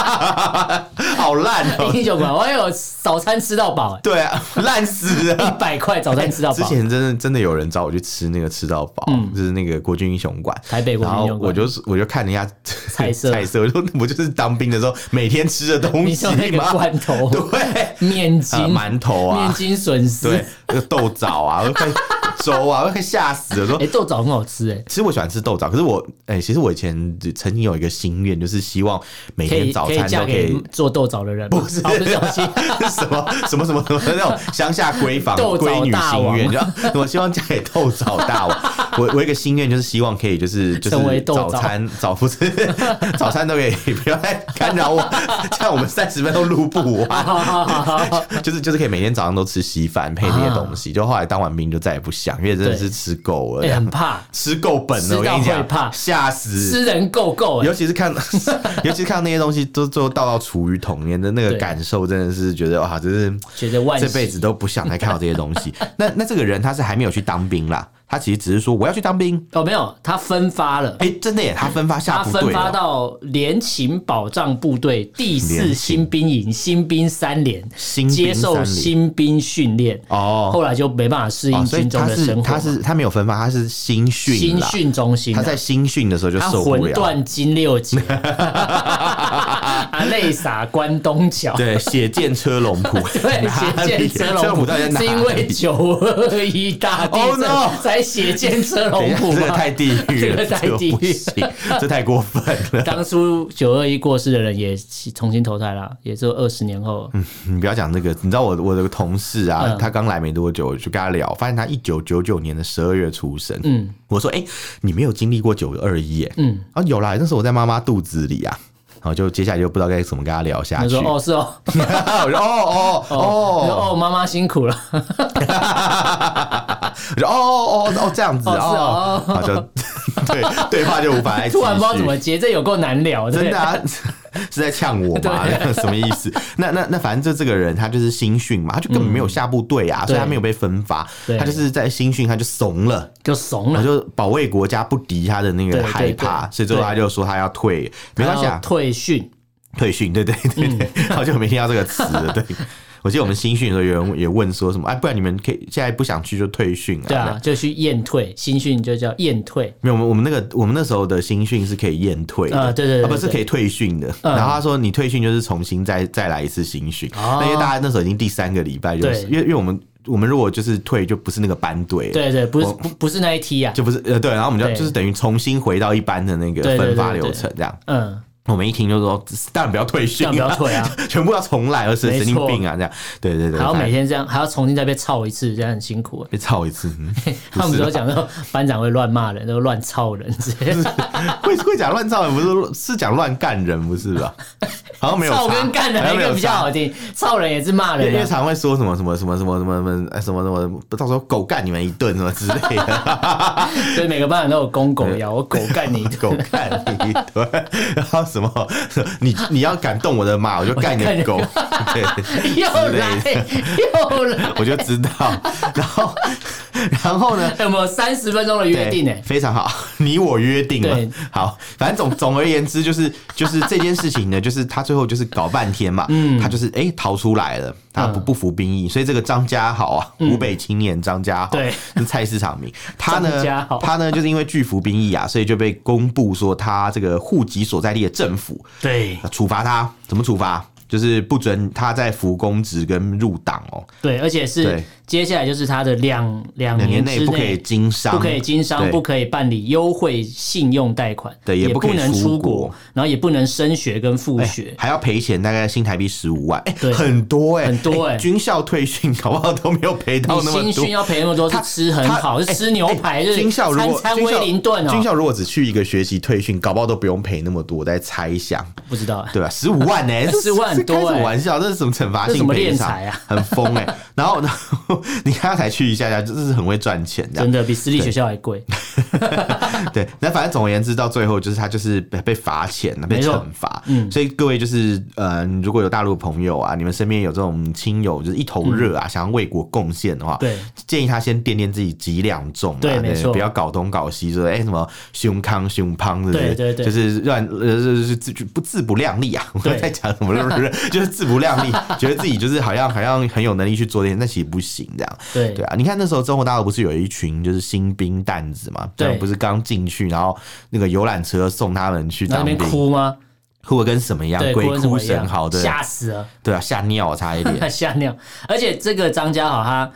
[SPEAKER 1] 好烂哦、
[SPEAKER 2] 英雄馆，我有哎早餐吃到饱、欸，
[SPEAKER 1] 对啊，烂死了。
[SPEAKER 2] 一百块早餐吃到
[SPEAKER 1] 之
[SPEAKER 2] 饱，
[SPEAKER 1] 前真的真的有人找我去吃那个吃到饱，就是那个国军英雄馆，
[SPEAKER 2] 台北国
[SPEAKER 1] 然
[SPEAKER 2] 军
[SPEAKER 1] 后
[SPEAKER 2] 英雄
[SPEAKER 1] 我
[SPEAKER 2] 馆。
[SPEAKER 1] 就是我就看人家
[SPEAKER 2] 菜色
[SPEAKER 1] 菜色，我就我就是当兵的时候每天吃的东
[SPEAKER 2] 你
[SPEAKER 1] 西
[SPEAKER 2] 说那个
[SPEAKER 1] 嘛，
[SPEAKER 2] 罐 头、
[SPEAKER 1] 对，
[SPEAKER 2] 面筋、
[SPEAKER 1] 啊馒头
[SPEAKER 2] 面
[SPEAKER 1] 啊，
[SPEAKER 2] 筋笋丝，
[SPEAKER 1] 对，那个豆枣啊， 我快粥啊，我快吓死了，说
[SPEAKER 2] 哎、。豆枣很好吃、欸，
[SPEAKER 1] 其实我喜欢吃豆枣，可是我哎、其实我以前曾经有一个心愿，就是希望每
[SPEAKER 2] 哎，可
[SPEAKER 1] 天
[SPEAKER 2] 以
[SPEAKER 1] 早
[SPEAKER 2] 可以
[SPEAKER 1] 餐
[SPEAKER 2] 嫁
[SPEAKER 1] 都可
[SPEAKER 2] 给
[SPEAKER 1] 以
[SPEAKER 2] 做豆枣的人吗，不
[SPEAKER 1] 是
[SPEAKER 2] 不是小心，
[SPEAKER 1] 什么什么什么什么那种乡下闺房
[SPEAKER 2] 豆枣
[SPEAKER 1] 闺女
[SPEAKER 2] 大
[SPEAKER 1] 心
[SPEAKER 2] 王
[SPEAKER 1] 愿，就我希望嫁给豆枣大王。 我我有一个心愿就是希望可以就是就
[SPEAKER 2] 成
[SPEAKER 1] 是
[SPEAKER 2] 为豆
[SPEAKER 1] 早
[SPEAKER 2] 枣
[SPEAKER 1] 餐早不是早餐 都可以不要再干扰我，这样我们三十分钟录不完。
[SPEAKER 2] 好好好好 好，
[SPEAKER 1] 就是就是可以每天早上都吃稀饭配那些东西，就后来当完兵就再也不想，因为真的是吃够了
[SPEAKER 2] 啊哎、，很怕
[SPEAKER 1] 吃够本了，我
[SPEAKER 2] 吃到
[SPEAKER 1] 跟你
[SPEAKER 2] 会怕
[SPEAKER 1] 讲，吓死。
[SPEAKER 2] 吃人够够、欸，
[SPEAKER 1] 尤其是 看，尤其是看到那些东西都最后倒到厨余桶里面的那个
[SPEAKER 2] 对
[SPEAKER 1] 感受，真的是觉得哇，真是
[SPEAKER 2] 觉得万
[SPEAKER 1] 这辈
[SPEAKER 2] 幸
[SPEAKER 1] 子都不想再看到这些东西。那那这个人他是还没有去当兵啦，他其实只是说我要去当兵。
[SPEAKER 2] 哦没有，他分发了。
[SPEAKER 1] 哎、真的耶，他分发下
[SPEAKER 2] 他
[SPEAKER 1] 部
[SPEAKER 2] 分
[SPEAKER 1] 队哦
[SPEAKER 2] 发
[SPEAKER 1] 了，
[SPEAKER 2] 到联勤保障部队第
[SPEAKER 1] 联
[SPEAKER 2] 四
[SPEAKER 1] 勤
[SPEAKER 2] 新兵营新兵三连，
[SPEAKER 1] 新兵
[SPEAKER 2] 接受
[SPEAKER 1] 三连
[SPEAKER 2] 新兵训练，
[SPEAKER 1] 哦
[SPEAKER 2] 后来就没办法适
[SPEAKER 1] 哦，
[SPEAKER 2] 应
[SPEAKER 1] 所以
[SPEAKER 2] 军中
[SPEAKER 1] 他
[SPEAKER 2] 的
[SPEAKER 1] 是
[SPEAKER 2] 生活嘛。
[SPEAKER 1] 他是他没有分发，他是新训
[SPEAKER 2] 新
[SPEAKER 1] 啦。
[SPEAKER 2] 训中心啊，
[SPEAKER 1] 他在啊新训的时候就
[SPEAKER 2] 他
[SPEAKER 1] 受不
[SPEAKER 2] 魂
[SPEAKER 1] 了，
[SPEAKER 2] 断金 六节，啊，泪洒关东 桥。
[SPEAKER 1] 对，血溅车龙浦，
[SPEAKER 2] 对，
[SPEAKER 1] 哪
[SPEAKER 2] 血
[SPEAKER 1] 里
[SPEAKER 2] 溅车龙
[SPEAKER 1] 到 底在哪
[SPEAKER 2] 是
[SPEAKER 1] 里？
[SPEAKER 2] 因为九二一大地
[SPEAKER 1] Oh
[SPEAKER 2] 震
[SPEAKER 1] no
[SPEAKER 2] 才血溅车
[SPEAKER 1] 等一下，
[SPEAKER 2] 龙浦
[SPEAKER 1] 这个
[SPEAKER 2] 吗？
[SPEAKER 1] 太地狱了，
[SPEAKER 2] 这个太
[SPEAKER 1] 不
[SPEAKER 2] 地狱
[SPEAKER 1] 行，这太过分 了。
[SPEAKER 2] 当初九二一过世的人也重新投胎啦，也就二十年后。
[SPEAKER 1] 你不要讲这个，你知道我我的同事啊，
[SPEAKER 2] 嗯
[SPEAKER 1] 他刚来没多久，我就跟他聊，发现他一九九九年的十二月出生。嗯，我说，哎、你没有经历过九二一耶？嗯，啊，有啦，那时候我在妈妈肚子里啊。然后就接下来就不知道该怎么跟他聊下
[SPEAKER 2] 他
[SPEAKER 1] 去。
[SPEAKER 2] 说：“哦，是哦，
[SPEAKER 1] 我说哦哦
[SPEAKER 2] 哦，
[SPEAKER 1] 哦，
[SPEAKER 2] 哦，妈妈辛苦 了。
[SPEAKER 1] 我说哦哦哦哦这样子
[SPEAKER 2] 哦是
[SPEAKER 1] 哦
[SPEAKER 2] 哦，
[SPEAKER 1] 然后就 对对话就无法再”
[SPEAKER 2] 突然不知道
[SPEAKER 1] 继续
[SPEAKER 2] 怎么接，这有够难聊，对
[SPEAKER 1] 真的啊， 是在呛我吗？ 什么意思？那那那反正就这个人他就是新训嘛，他就根本没有下部队啊，所以他没有被分发，
[SPEAKER 2] 嗯对
[SPEAKER 1] 他就是在新训他就怂了。
[SPEAKER 2] 就怂
[SPEAKER 1] 他
[SPEAKER 2] 了。
[SPEAKER 1] 就保卫国家不敌他的那个
[SPEAKER 2] 对对
[SPEAKER 1] 害怕，
[SPEAKER 2] 对
[SPEAKER 1] 所以最后他就说他要退，没关系
[SPEAKER 2] 然
[SPEAKER 1] 啊
[SPEAKER 2] 后，退嗯训，
[SPEAKER 1] 退训，对对对对，好久没听到这个词了。对， 我记得我们新训的时候有人也问说什么，哎，不然你们可以现在不想去就退训啊？
[SPEAKER 2] 对啊，就去验退，新训就叫验退。
[SPEAKER 1] 没有，我们我们那个我们那时候的新训是可以验退的，
[SPEAKER 2] 啊对对对
[SPEAKER 1] 啊不
[SPEAKER 2] 对
[SPEAKER 1] 是可以退训的。
[SPEAKER 2] 嗯
[SPEAKER 1] 然后他说你退训就是重新再再来一次新训，
[SPEAKER 2] 哦
[SPEAKER 1] 那因为大家那时候已经第三个礼拜，就是
[SPEAKER 2] 对
[SPEAKER 1] 因为因为我们我们如果就是退就不是那个班队，，
[SPEAKER 2] 对对，不是不不是那一梯啊。
[SPEAKER 1] 就不是呃对，然后我们就
[SPEAKER 2] 对
[SPEAKER 1] 就是等于重新回到一班的那个
[SPEAKER 2] 对对对
[SPEAKER 1] 分发
[SPEAKER 2] 对
[SPEAKER 1] 流
[SPEAKER 2] 对
[SPEAKER 1] 程这样。
[SPEAKER 2] 嗯，
[SPEAKER 1] 我们一听就说，当然不要退训、
[SPEAKER 2] 当然不要退啊，
[SPEAKER 1] 全部要重来，而是
[SPEAKER 2] 没
[SPEAKER 1] 神
[SPEAKER 2] 错
[SPEAKER 1] 经病啊这样。对对对，
[SPEAKER 2] 还要
[SPEAKER 1] 反正
[SPEAKER 2] 每天这样，还要重新再被操一次，这样很辛苦。
[SPEAKER 1] 被操一 次，嗯
[SPEAKER 2] 他们
[SPEAKER 1] 不是
[SPEAKER 2] 都
[SPEAKER 1] 吧
[SPEAKER 2] 讲说班长会乱骂人，都乱 操人，直接
[SPEAKER 1] 会会讲乱造人不是是讲乱干人不是吧？好像没有
[SPEAKER 2] 操
[SPEAKER 1] 差
[SPEAKER 2] 跟干
[SPEAKER 1] 好
[SPEAKER 2] 人
[SPEAKER 1] 像
[SPEAKER 2] 一
[SPEAKER 1] 没有
[SPEAKER 2] 个比较
[SPEAKER 1] 差
[SPEAKER 2] 好听，操人也是骂
[SPEAKER 1] 因为因为
[SPEAKER 2] 人啊。
[SPEAKER 1] 常会说什么什么什么什么什么什么哎什么什么，到时候狗干你们一顿什么之类 的，
[SPEAKER 2] 所以每个班长都有公狗咬，我狗干你一
[SPEAKER 1] 狗
[SPEAKER 2] 顿，
[SPEAKER 1] 干你一顿，然后什么你你要敢动我的马，我就干你的狗，对，
[SPEAKER 2] 又
[SPEAKER 1] 之
[SPEAKER 2] 来
[SPEAKER 1] 类
[SPEAKER 2] 又来。
[SPEAKER 1] 我就知道。然后 然后呢？
[SPEAKER 2] 有没有三十分钟的约定呢欸
[SPEAKER 1] 对？非常好， 你我约定了
[SPEAKER 2] 对。
[SPEAKER 1] 好，反正总总而言之，就是就是这件事情呢，就是他最最后就是搞半天嘛，
[SPEAKER 2] 嗯
[SPEAKER 1] 他就是哎、逃出来了，他不不服兵役，所以这个张家豪啊，湖北青年张家豪，
[SPEAKER 2] 嗯对，
[SPEAKER 1] 是菜市场名，他呢
[SPEAKER 2] 张家豪，
[SPEAKER 1] 他呢就是因为拒服兵役啊，所以就被公布说他这个户籍所在地的政府
[SPEAKER 2] 对
[SPEAKER 1] 处罚他，怎么处罚？就是不准他在服公职跟入党哦，
[SPEAKER 2] 对，而且是
[SPEAKER 1] 对
[SPEAKER 2] 接下来就是他的两两
[SPEAKER 1] 两年
[SPEAKER 2] 之
[SPEAKER 1] 内不可以经商，
[SPEAKER 2] 不可以经商，
[SPEAKER 1] 对
[SPEAKER 2] 不可以办理优惠信用贷款，
[SPEAKER 1] 对
[SPEAKER 2] 也
[SPEAKER 1] 也不可以
[SPEAKER 2] 能
[SPEAKER 1] 出
[SPEAKER 2] 出
[SPEAKER 1] 国，
[SPEAKER 2] 然后也不能升学跟复学。
[SPEAKER 1] 还要赔钱，大概新台币十五万，哎、
[SPEAKER 2] 对
[SPEAKER 1] 很多哎、
[SPEAKER 2] 很多哎
[SPEAKER 1] 军校退训搞不好都没哎有赔到
[SPEAKER 2] 你
[SPEAKER 1] 那么
[SPEAKER 2] 新
[SPEAKER 1] 多
[SPEAKER 2] 训。要赔那么多，是
[SPEAKER 1] 他
[SPEAKER 2] 吃很
[SPEAKER 1] 他
[SPEAKER 2] 好，是
[SPEAKER 1] 哎
[SPEAKER 2] 吃牛排，
[SPEAKER 1] 哎
[SPEAKER 2] 就是
[SPEAKER 1] 军校如
[SPEAKER 2] 餐
[SPEAKER 1] 果
[SPEAKER 2] 餐
[SPEAKER 1] 军校
[SPEAKER 2] 威灵顿
[SPEAKER 1] 军
[SPEAKER 2] 哦，
[SPEAKER 1] 校如果只去一个学期退训，搞不好都不用赔那么多。我在猜想，
[SPEAKER 2] 不知道啊。
[SPEAKER 1] 对吧？十五万 呢、欸，这
[SPEAKER 2] 15万
[SPEAKER 1] 这开
[SPEAKER 2] 多
[SPEAKER 1] 什
[SPEAKER 2] 欸
[SPEAKER 1] 么玩笑？这是什么惩罚
[SPEAKER 2] 这什
[SPEAKER 1] 性
[SPEAKER 2] 么
[SPEAKER 1] 赔
[SPEAKER 2] 敛
[SPEAKER 1] 偿？
[SPEAKER 2] 财啊
[SPEAKER 1] 很疯哎、然后呢， 你看他才去一下下，这是很会赚钱的
[SPEAKER 2] 真。的比私立学校还贵，
[SPEAKER 1] 对，那反正总而言之，到最后就是他就是被被罚钱，被
[SPEAKER 2] 没错
[SPEAKER 1] 惩罚。嗯，所以各位就是呃，如果有大陆朋友啊，你们身边有这种亲友就是一头热啊，想要为国贡献的话，
[SPEAKER 2] 嗯对，
[SPEAKER 1] 建议他先掂掂自己几两重啊，
[SPEAKER 2] 对没错
[SPEAKER 1] 不要搞东搞西，说哎、什么胸康胸胖，是不是？
[SPEAKER 2] 对对对
[SPEAKER 1] 就是乱呃就是自不自不量力啊！我
[SPEAKER 2] 对
[SPEAKER 1] 在讲什么？就是自不量力，觉得自己就是好像好像很有能力去做这些，那其实不行这样。
[SPEAKER 2] 对
[SPEAKER 1] 对啊，你看那时候中国大陆不是有一群就是新兵蛋子嘛？
[SPEAKER 2] 对
[SPEAKER 1] 他们不是刚进去，然后那个游览车送他们去
[SPEAKER 2] 然后
[SPEAKER 1] 当
[SPEAKER 2] 那
[SPEAKER 1] 兵
[SPEAKER 2] 边，哭吗？
[SPEAKER 1] 哭的跟什么一样
[SPEAKER 2] 对，，
[SPEAKER 1] 鬼
[SPEAKER 2] 哭成
[SPEAKER 1] 哭
[SPEAKER 2] 怎么样
[SPEAKER 1] 神嚎的，
[SPEAKER 2] 吓死了，
[SPEAKER 1] 对啊，吓尿啊差一 点。
[SPEAKER 2] 吓尿。而且这个张家豪他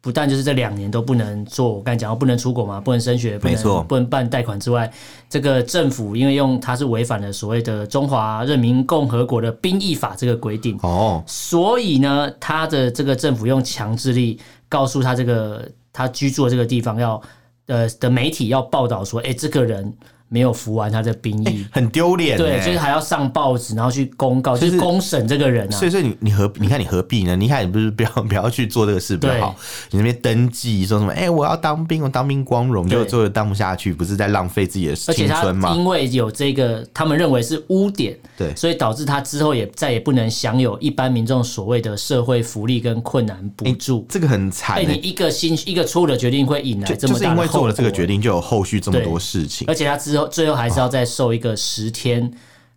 [SPEAKER 2] 不但就是这两年都不能做，我刚才讲过不能出国嘛，不能升学，不
[SPEAKER 1] 没错
[SPEAKER 2] 能不能办贷款之外，这个政府因为用他是违反了所谓的《中华人民共和国的兵役法》这个规定，
[SPEAKER 1] 哦，
[SPEAKER 2] 所以呢，他的这个政府用强制力告诉他这个他居住的这个地方要呃的媒体要报道说，哎、这个人没有服完他的兵役。
[SPEAKER 1] 很丢脸、欸。
[SPEAKER 2] 对，就是还要上报纸，然后去公告，就是是公审这个人啊
[SPEAKER 1] 所。以，所以你你何你看你何必呢？你看你不是不要不要去做这个事比较好？你那边登记说什么？哎、我要当兵，我当兵光荣，
[SPEAKER 2] 对
[SPEAKER 1] 就最后当不下去，不是在浪费自己的
[SPEAKER 2] 而且
[SPEAKER 1] 青
[SPEAKER 2] 他
[SPEAKER 1] 春吗？
[SPEAKER 2] 因为有这个，他们认为是污点，
[SPEAKER 1] 对
[SPEAKER 2] 所以导致他之后也再也不能享有一般民众所谓的社会福利跟困难补助。
[SPEAKER 1] 这个很惨、
[SPEAKER 2] 哎、
[SPEAKER 1] 欸
[SPEAKER 2] 你一个新一个错误的决定会引来
[SPEAKER 1] 就
[SPEAKER 2] 这
[SPEAKER 1] 就
[SPEAKER 2] 么
[SPEAKER 1] 是
[SPEAKER 2] 大
[SPEAKER 1] 因
[SPEAKER 2] 的
[SPEAKER 1] 为做了这个决
[SPEAKER 2] 定，
[SPEAKER 1] 定，就有后续这么
[SPEAKER 2] 对
[SPEAKER 1] 多事情。
[SPEAKER 2] 而且他之后最后还是要再受一
[SPEAKER 1] 哦
[SPEAKER 2] 个十天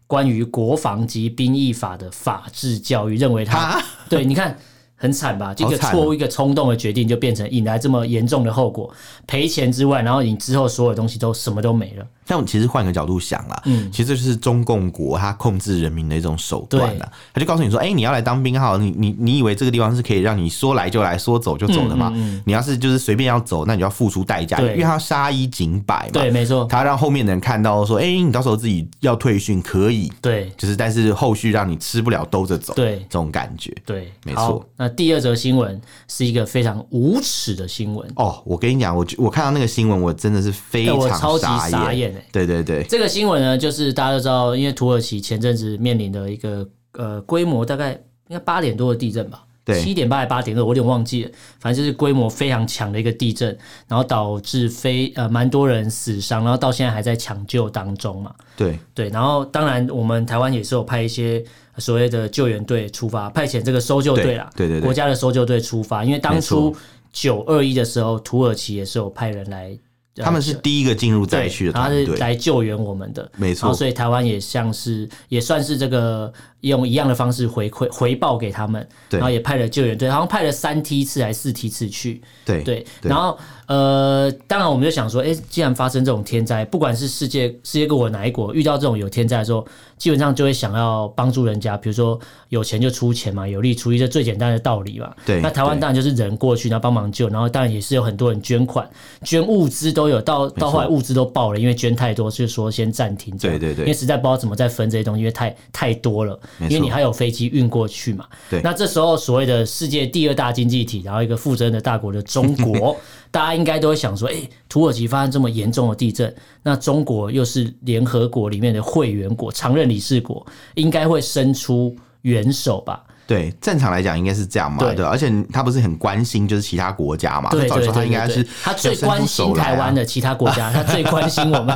[SPEAKER 2] 关于国防及兵役法的法制教育，认为他
[SPEAKER 1] 啊
[SPEAKER 2] 对，你看很惨吧？这
[SPEAKER 1] 好
[SPEAKER 2] 个
[SPEAKER 1] 惨啊
[SPEAKER 2] 错误、一个冲动的决定，就变成引来这么严重的后果，赔钱之外，然后你之后所有东西都什么都没了。
[SPEAKER 1] 但我其实换个角度想啦，
[SPEAKER 2] 嗯
[SPEAKER 1] 其实这就是中共国它控制人民的一种手段啦。他就告诉你说，哎、你要来当兵好，你你你以为这个地方是可以让你说来就来，说走就走的吗？你要是就是随便要走，那你就要付出代价，
[SPEAKER 2] 嗯对
[SPEAKER 1] 因为他要杀一儆百嘛。
[SPEAKER 2] 对，没错，
[SPEAKER 1] 他让后面的人看到说，哎、你到时候自己要退训可以，
[SPEAKER 2] 对。
[SPEAKER 1] 就是但是后续让你吃不了兜着走，
[SPEAKER 2] 对
[SPEAKER 1] 这种感觉。
[SPEAKER 2] 对，
[SPEAKER 1] 没
[SPEAKER 2] 好
[SPEAKER 1] 错。
[SPEAKER 2] 那第二则新闻是一个非常无耻的新闻。
[SPEAKER 1] 哦，我跟你讲，我我看到那个新闻，我真的是非
[SPEAKER 2] 哎我超
[SPEAKER 1] 常
[SPEAKER 2] 级傻眼欸
[SPEAKER 1] 对对对，
[SPEAKER 2] 这个新闻呢，就是大家都知道，因为土耳其前阵子面临的一个呃规模大概应该八点多的地震吧，
[SPEAKER 1] 对
[SPEAKER 2] 七点八还是八点二，我有点忘记了，反正就是规模非常强的一个地震，然后导致非呃蛮多人死伤，然后到现在还在抢救当中嘛。
[SPEAKER 1] 对，
[SPEAKER 2] 对，然后当然我们台湾也是有派一些所谓的救援队出发，派遣这个搜救哦队啦，啊
[SPEAKER 1] 对对对对
[SPEAKER 2] 国家的搜救队出发，因为当
[SPEAKER 1] 没错
[SPEAKER 2] 初九二一的时候，土耳其也是有派人来，呃
[SPEAKER 1] 他们是第一个进入灾
[SPEAKER 2] 对，
[SPEAKER 1] 区的
[SPEAKER 2] 他
[SPEAKER 1] 团
[SPEAKER 2] 是
[SPEAKER 1] 队。
[SPEAKER 2] 来救援我们的，
[SPEAKER 1] 没错
[SPEAKER 2] 然后所以台湾也像是也算是这个用一样的方式回馈回报给他们，
[SPEAKER 1] 对
[SPEAKER 2] 然后也派了救援队，好像派了三梯次还是四梯次去，
[SPEAKER 1] 对
[SPEAKER 2] 对，然后呃，当然我们就想说，哎、既然发生这种天灾，不管是世界世界各国哪一国遇到这种有天灾的时候，基本上就会想要帮助人家，比如说有钱就出钱嘛，有力出力，这最简单的道理嘛。
[SPEAKER 1] 对
[SPEAKER 2] 那台湾
[SPEAKER 1] 对
[SPEAKER 2] 当然就是人过去，然后帮忙救，然后当然也是有很多人捐款、捐物资都有，到到后来物资都爆了，因为捐太多，就说先暂停这样。
[SPEAKER 1] 对对对
[SPEAKER 2] 因为实在不知道怎么再分这些东西，因为太太多了，
[SPEAKER 1] 没
[SPEAKER 2] 因
[SPEAKER 1] 错
[SPEAKER 2] 为你还有飞机运过去嘛。
[SPEAKER 1] 对
[SPEAKER 2] 那这时候所谓的世界第二大经济体，然后一个负责任的大国的中 国，大家应该都会想说，哎、土耳其发生这么严重的地震，那中国又是联合国里面的会员国、常任理事国，应该会伸出援手吧？
[SPEAKER 1] 对，正常来讲应该是这样嘛，
[SPEAKER 2] 对
[SPEAKER 1] 对，而且他不是很关心就是其他国家嘛，
[SPEAKER 2] 对
[SPEAKER 1] 啊照理
[SPEAKER 2] 对对
[SPEAKER 1] 说他
[SPEAKER 2] 对
[SPEAKER 1] 应该
[SPEAKER 2] 对
[SPEAKER 1] 是
[SPEAKER 2] 他最关心台湾
[SPEAKER 1] 的，
[SPEAKER 2] 的其他国家，他最关心我们。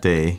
[SPEAKER 1] 对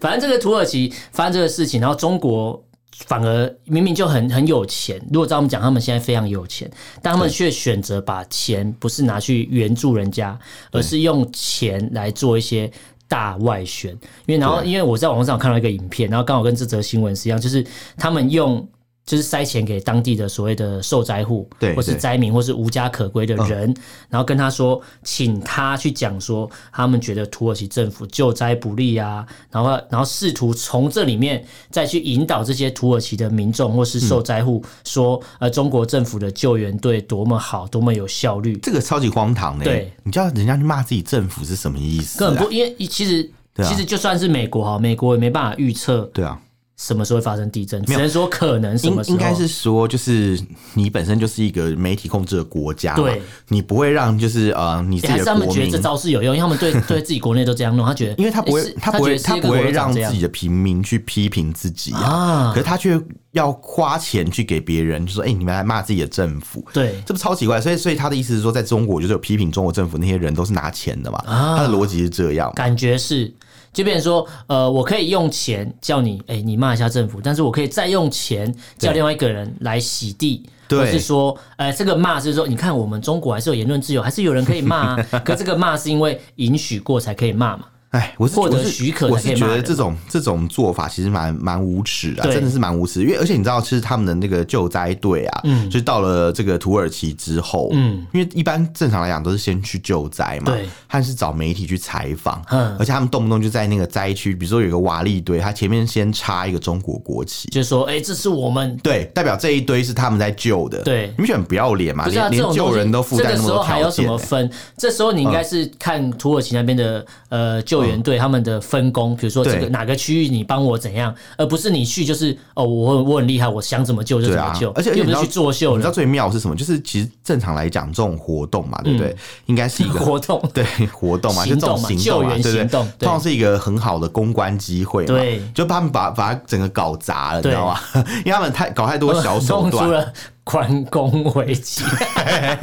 [SPEAKER 2] 反正这个土耳其发生这个事情，然后中国反而明明就很很有钱，如果照我们讲，他们现在非常有钱，但他们却选择把钱不是拿去援助人家，而是用钱来做一些。大外宣，因为然后因为我在网络上看到一个影片，然后刚好跟这则新闻是一样，就是他们用。就是塞钱给当地的所谓的受灾户，
[SPEAKER 1] 对
[SPEAKER 2] 或是
[SPEAKER 1] 对嗯
[SPEAKER 2] 灾民，或是无家可归的人，然后跟他说，请他去讲说，他们觉得土耳其政府救灾不力啊，然后然后试图从这里面再去引导这些土耳其的民众或是
[SPEAKER 1] 嗯
[SPEAKER 2] 受灾户，说，呃，中国政府的救援队多么好，多么有效率，
[SPEAKER 1] 这个超级荒唐的、
[SPEAKER 2] 对，
[SPEAKER 1] 你叫人家去骂自己政府是什么意思、啊？
[SPEAKER 2] 根本不，因为其实、
[SPEAKER 1] 对啊
[SPEAKER 2] 其实就算是美国哈，美国也没办法预测
[SPEAKER 1] 对啊，
[SPEAKER 2] 什么时候会发生地震，只
[SPEAKER 1] 有
[SPEAKER 2] 能说可能什
[SPEAKER 1] 应
[SPEAKER 2] 么时候啊
[SPEAKER 1] 应该是说，就是你本身就是一个媒体控制的国家嘛，
[SPEAKER 2] 对
[SPEAKER 1] 你不会让就是呃你自
[SPEAKER 2] 欸还
[SPEAKER 1] 己
[SPEAKER 2] 是
[SPEAKER 1] 的
[SPEAKER 2] 他们
[SPEAKER 1] 国
[SPEAKER 2] 觉得
[SPEAKER 1] 民
[SPEAKER 2] 这。招式有用，因为他们对对自己国内都这样弄，他觉得，
[SPEAKER 1] 因为他不
[SPEAKER 2] 欸
[SPEAKER 1] 会
[SPEAKER 2] 是，
[SPEAKER 1] 不会，
[SPEAKER 2] 他
[SPEAKER 1] 他
[SPEAKER 2] 觉得世界
[SPEAKER 1] 不
[SPEAKER 2] 各国
[SPEAKER 1] 会
[SPEAKER 2] 都长
[SPEAKER 1] 让
[SPEAKER 2] 这
[SPEAKER 1] 自
[SPEAKER 2] 样
[SPEAKER 1] 己的平民去批评自己啊，
[SPEAKER 2] 啊
[SPEAKER 1] 可是他却要花钱去给别人，就说：“哎、你们来骂自己的政府。”
[SPEAKER 2] 对
[SPEAKER 1] 这不超奇怪，所以所以他的意思是说，在中国就是有批评中国政府那些人都是拿钱的嘛，他的逻辑是这样嘛。
[SPEAKER 2] 感觉是。就变成说，呃，我可以用钱叫你，哎、你骂一下政府，但是我可以再用钱叫
[SPEAKER 1] 对
[SPEAKER 2] 另外一个人来洗地，
[SPEAKER 1] 对
[SPEAKER 2] 或是说，呃，这个骂是说，你看我们中国还是有言论自由，还是有人可以骂啊，可这个骂是因为允许过才可以骂嘛，
[SPEAKER 1] 哎，我是
[SPEAKER 2] 获得
[SPEAKER 1] 我是
[SPEAKER 2] 许可才
[SPEAKER 1] 我
[SPEAKER 2] 可
[SPEAKER 1] 是
[SPEAKER 2] 以
[SPEAKER 1] 觉
[SPEAKER 2] 骂
[SPEAKER 1] 得
[SPEAKER 2] 人
[SPEAKER 1] 这种这种做法其实蛮蛮无耻的啊，
[SPEAKER 2] 对
[SPEAKER 1] 真的是蛮无耻。因为而且你知道，其实他们的那个救灾队啊，就是到了这个土耳其之后，
[SPEAKER 2] 嗯
[SPEAKER 1] 嗯，因为一般正常来讲都是先去救灾嘛，
[SPEAKER 2] 对，
[SPEAKER 1] 他是找媒体去采访，
[SPEAKER 2] 嗯
[SPEAKER 1] 而且他们动不动就在那个灾区，比如说有一个瓦砾堆，他前面先插一个中国国旗。
[SPEAKER 2] 就是说，哎、这是我们
[SPEAKER 1] 对，代表这一堆是他们在救的。
[SPEAKER 2] 对
[SPEAKER 1] 你们选不要脸嘛？
[SPEAKER 2] 不是啊，
[SPEAKER 1] 连
[SPEAKER 2] 这
[SPEAKER 1] 连
[SPEAKER 2] 种
[SPEAKER 1] 救
[SPEAKER 2] 东西
[SPEAKER 1] 人都附带那么
[SPEAKER 2] 这个时
[SPEAKER 1] 多
[SPEAKER 2] 候还
[SPEAKER 1] 条
[SPEAKER 2] 有什
[SPEAKER 1] 件嗯
[SPEAKER 2] 么
[SPEAKER 1] 欸。
[SPEAKER 2] 分？这时候你应该是看土耳其那边的呃救援队他们的分工，比如说这个
[SPEAKER 1] 嗯对
[SPEAKER 2] 哪个区域你帮我怎样，而不是你去就是哦，我很我很厉害，我想怎么救就
[SPEAKER 1] 对
[SPEAKER 2] 怎么
[SPEAKER 1] 啊
[SPEAKER 2] 救，，
[SPEAKER 1] 而且而且
[SPEAKER 2] 又
[SPEAKER 1] 你
[SPEAKER 2] 不
[SPEAKER 1] 知
[SPEAKER 2] 是
[SPEAKER 1] 道
[SPEAKER 2] 去作秀
[SPEAKER 1] 你知道
[SPEAKER 2] 了
[SPEAKER 1] 最妙的是什么？就是其实正常来讲，这种活动嘛，对不对？应该是一个
[SPEAKER 2] 嗯活动。
[SPEAKER 1] 对活动嘛，就
[SPEAKER 2] 行
[SPEAKER 1] 这种
[SPEAKER 2] 动嘛
[SPEAKER 1] 行动嘛，
[SPEAKER 2] 救援
[SPEAKER 1] 对不对？
[SPEAKER 2] 行动对
[SPEAKER 1] 通常是一个很好的公关机会嘛，
[SPEAKER 2] 对
[SPEAKER 1] 就把他们把把它整个搞砸了，你
[SPEAKER 2] 对
[SPEAKER 1] 知道吗？ 因为他们太搞太多小手
[SPEAKER 2] 弄出
[SPEAKER 1] 段，
[SPEAKER 2] 了 关公危机，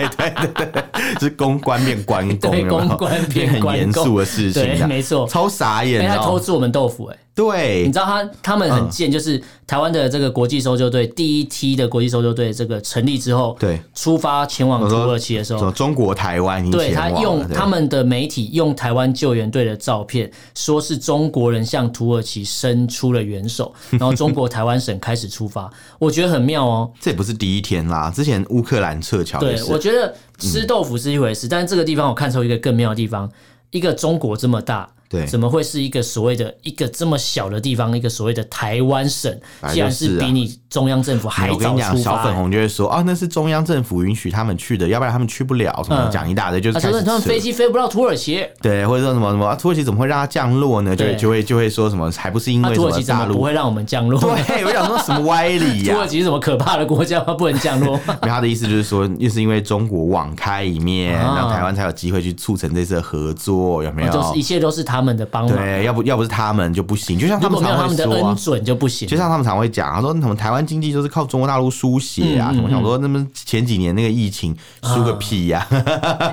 [SPEAKER 1] 就是公关变关公，
[SPEAKER 2] 对
[SPEAKER 1] 有没有
[SPEAKER 2] 公关变
[SPEAKER 1] 变
[SPEAKER 2] 关
[SPEAKER 1] 很严
[SPEAKER 2] 公
[SPEAKER 1] 肃的事情，
[SPEAKER 2] 对
[SPEAKER 1] 这样
[SPEAKER 2] 没错
[SPEAKER 1] 超哦傻眼，
[SPEAKER 2] 因为
[SPEAKER 1] 你知
[SPEAKER 2] 他
[SPEAKER 1] 道
[SPEAKER 2] 偷
[SPEAKER 1] 吗
[SPEAKER 2] 吃我们豆腐哎、你
[SPEAKER 1] 对
[SPEAKER 2] 知道他他们
[SPEAKER 1] 嗯
[SPEAKER 2] 很贱，就是台湾的这个国际搜救队第一梯的国际搜救队这个成立之后，
[SPEAKER 1] 对
[SPEAKER 2] 出发前往
[SPEAKER 1] 我
[SPEAKER 2] 土
[SPEAKER 1] 说
[SPEAKER 2] 耳其的时
[SPEAKER 1] 什
[SPEAKER 2] 候，
[SPEAKER 1] 么中国台湾已经
[SPEAKER 2] 对
[SPEAKER 1] 前
[SPEAKER 2] 他
[SPEAKER 1] 往了
[SPEAKER 2] 用
[SPEAKER 1] 对
[SPEAKER 2] 他们的媒体用台湾救援队的照片，说是中国人向土耳其伸出了援手，然后中国台湾省开始出发， 我觉得很妙哦。
[SPEAKER 1] 这也不是第一天啦，之前乌克兰撤侨也
[SPEAKER 2] 对，
[SPEAKER 1] 是嗯
[SPEAKER 2] 我，觉得吃豆腐是一回事，但是这个地方我看出一个更妙的地方，一个中国这么大。
[SPEAKER 1] 对
[SPEAKER 2] 怎么会是一个所谓的一个这么小的地方，一个所谓的台湾省，
[SPEAKER 1] 本来
[SPEAKER 2] 竟然
[SPEAKER 1] 就是是啊
[SPEAKER 2] 比你中央政府还
[SPEAKER 1] 我跟
[SPEAKER 2] 早
[SPEAKER 1] 你讲，
[SPEAKER 2] 出
[SPEAKER 1] 小
[SPEAKER 2] 发、
[SPEAKER 1] 粉红就会说啊，那是中央政府允许他们去的，要不然他们去不了，什么
[SPEAKER 2] 嗯
[SPEAKER 1] 讲一大堆，就是
[SPEAKER 2] 他
[SPEAKER 1] 开始
[SPEAKER 2] 说他们
[SPEAKER 1] 扯
[SPEAKER 2] 飞机飞不到土耳其，
[SPEAKER 1] 对，或者说什么什么、啊、土耳其怎么会让它降落呢？就
[SPEAKER 2] 对
[SPEAKER 1] 会就会就会说什么，还不是因
[SPEAKER 2] 那、
[SPEAKER 1] 为什
[SPEAKER 2] 啊土耳其怎
[SPEAKER 1] 大
[SPEAKER 2] 么不
[SPEAKER 1] 陆？
[SPEAKER 2] 会让我们降 落？
[SPEAKER 1] 对，我想说什么歪理
[SPEAKER 2] 土
[SPEAKER 1] 呀、
[SPEAKER 2] 耳其是什么可怕的国家吗？不 能降落吗？
[SPEAKER 1] 因为他的意思就是说，又是因为中国网开一面，
[SPEAKER 2] 啊
[SPEAKER 1] 让台湾才有机会去促成这次的合作， 有没
[SPEAKER 2] 都是一
[SPEAKER 1] 有？
[SPEAKER 2] 切都是他们的帮忙。
[SPEAKER 1] 对，要不要不是他们就不行，就像
[SPEAKER 2] 如
[SPEAKER 1] 他
[SPEAKER 2] 果
[SPEAKER 1] 们
[SPEAKER 2] 没有他
[SPEAKER 1] 常会
[SPEAKER 2] 们的
[SPEAKER 1] 说、
[SPEAKER 2] 恩
[SPEAKER 1] 啊。
[SPEAKER 2] 准就不行
[SPEAKER 1] 就。像他们常会讲，他说什么台湾经济就是靠中国大陆输血啊，
[SPEAKER 2] 嗯嗯
[SPEAKER 1] 什么想说那么前几年那个疫情输个屁呀、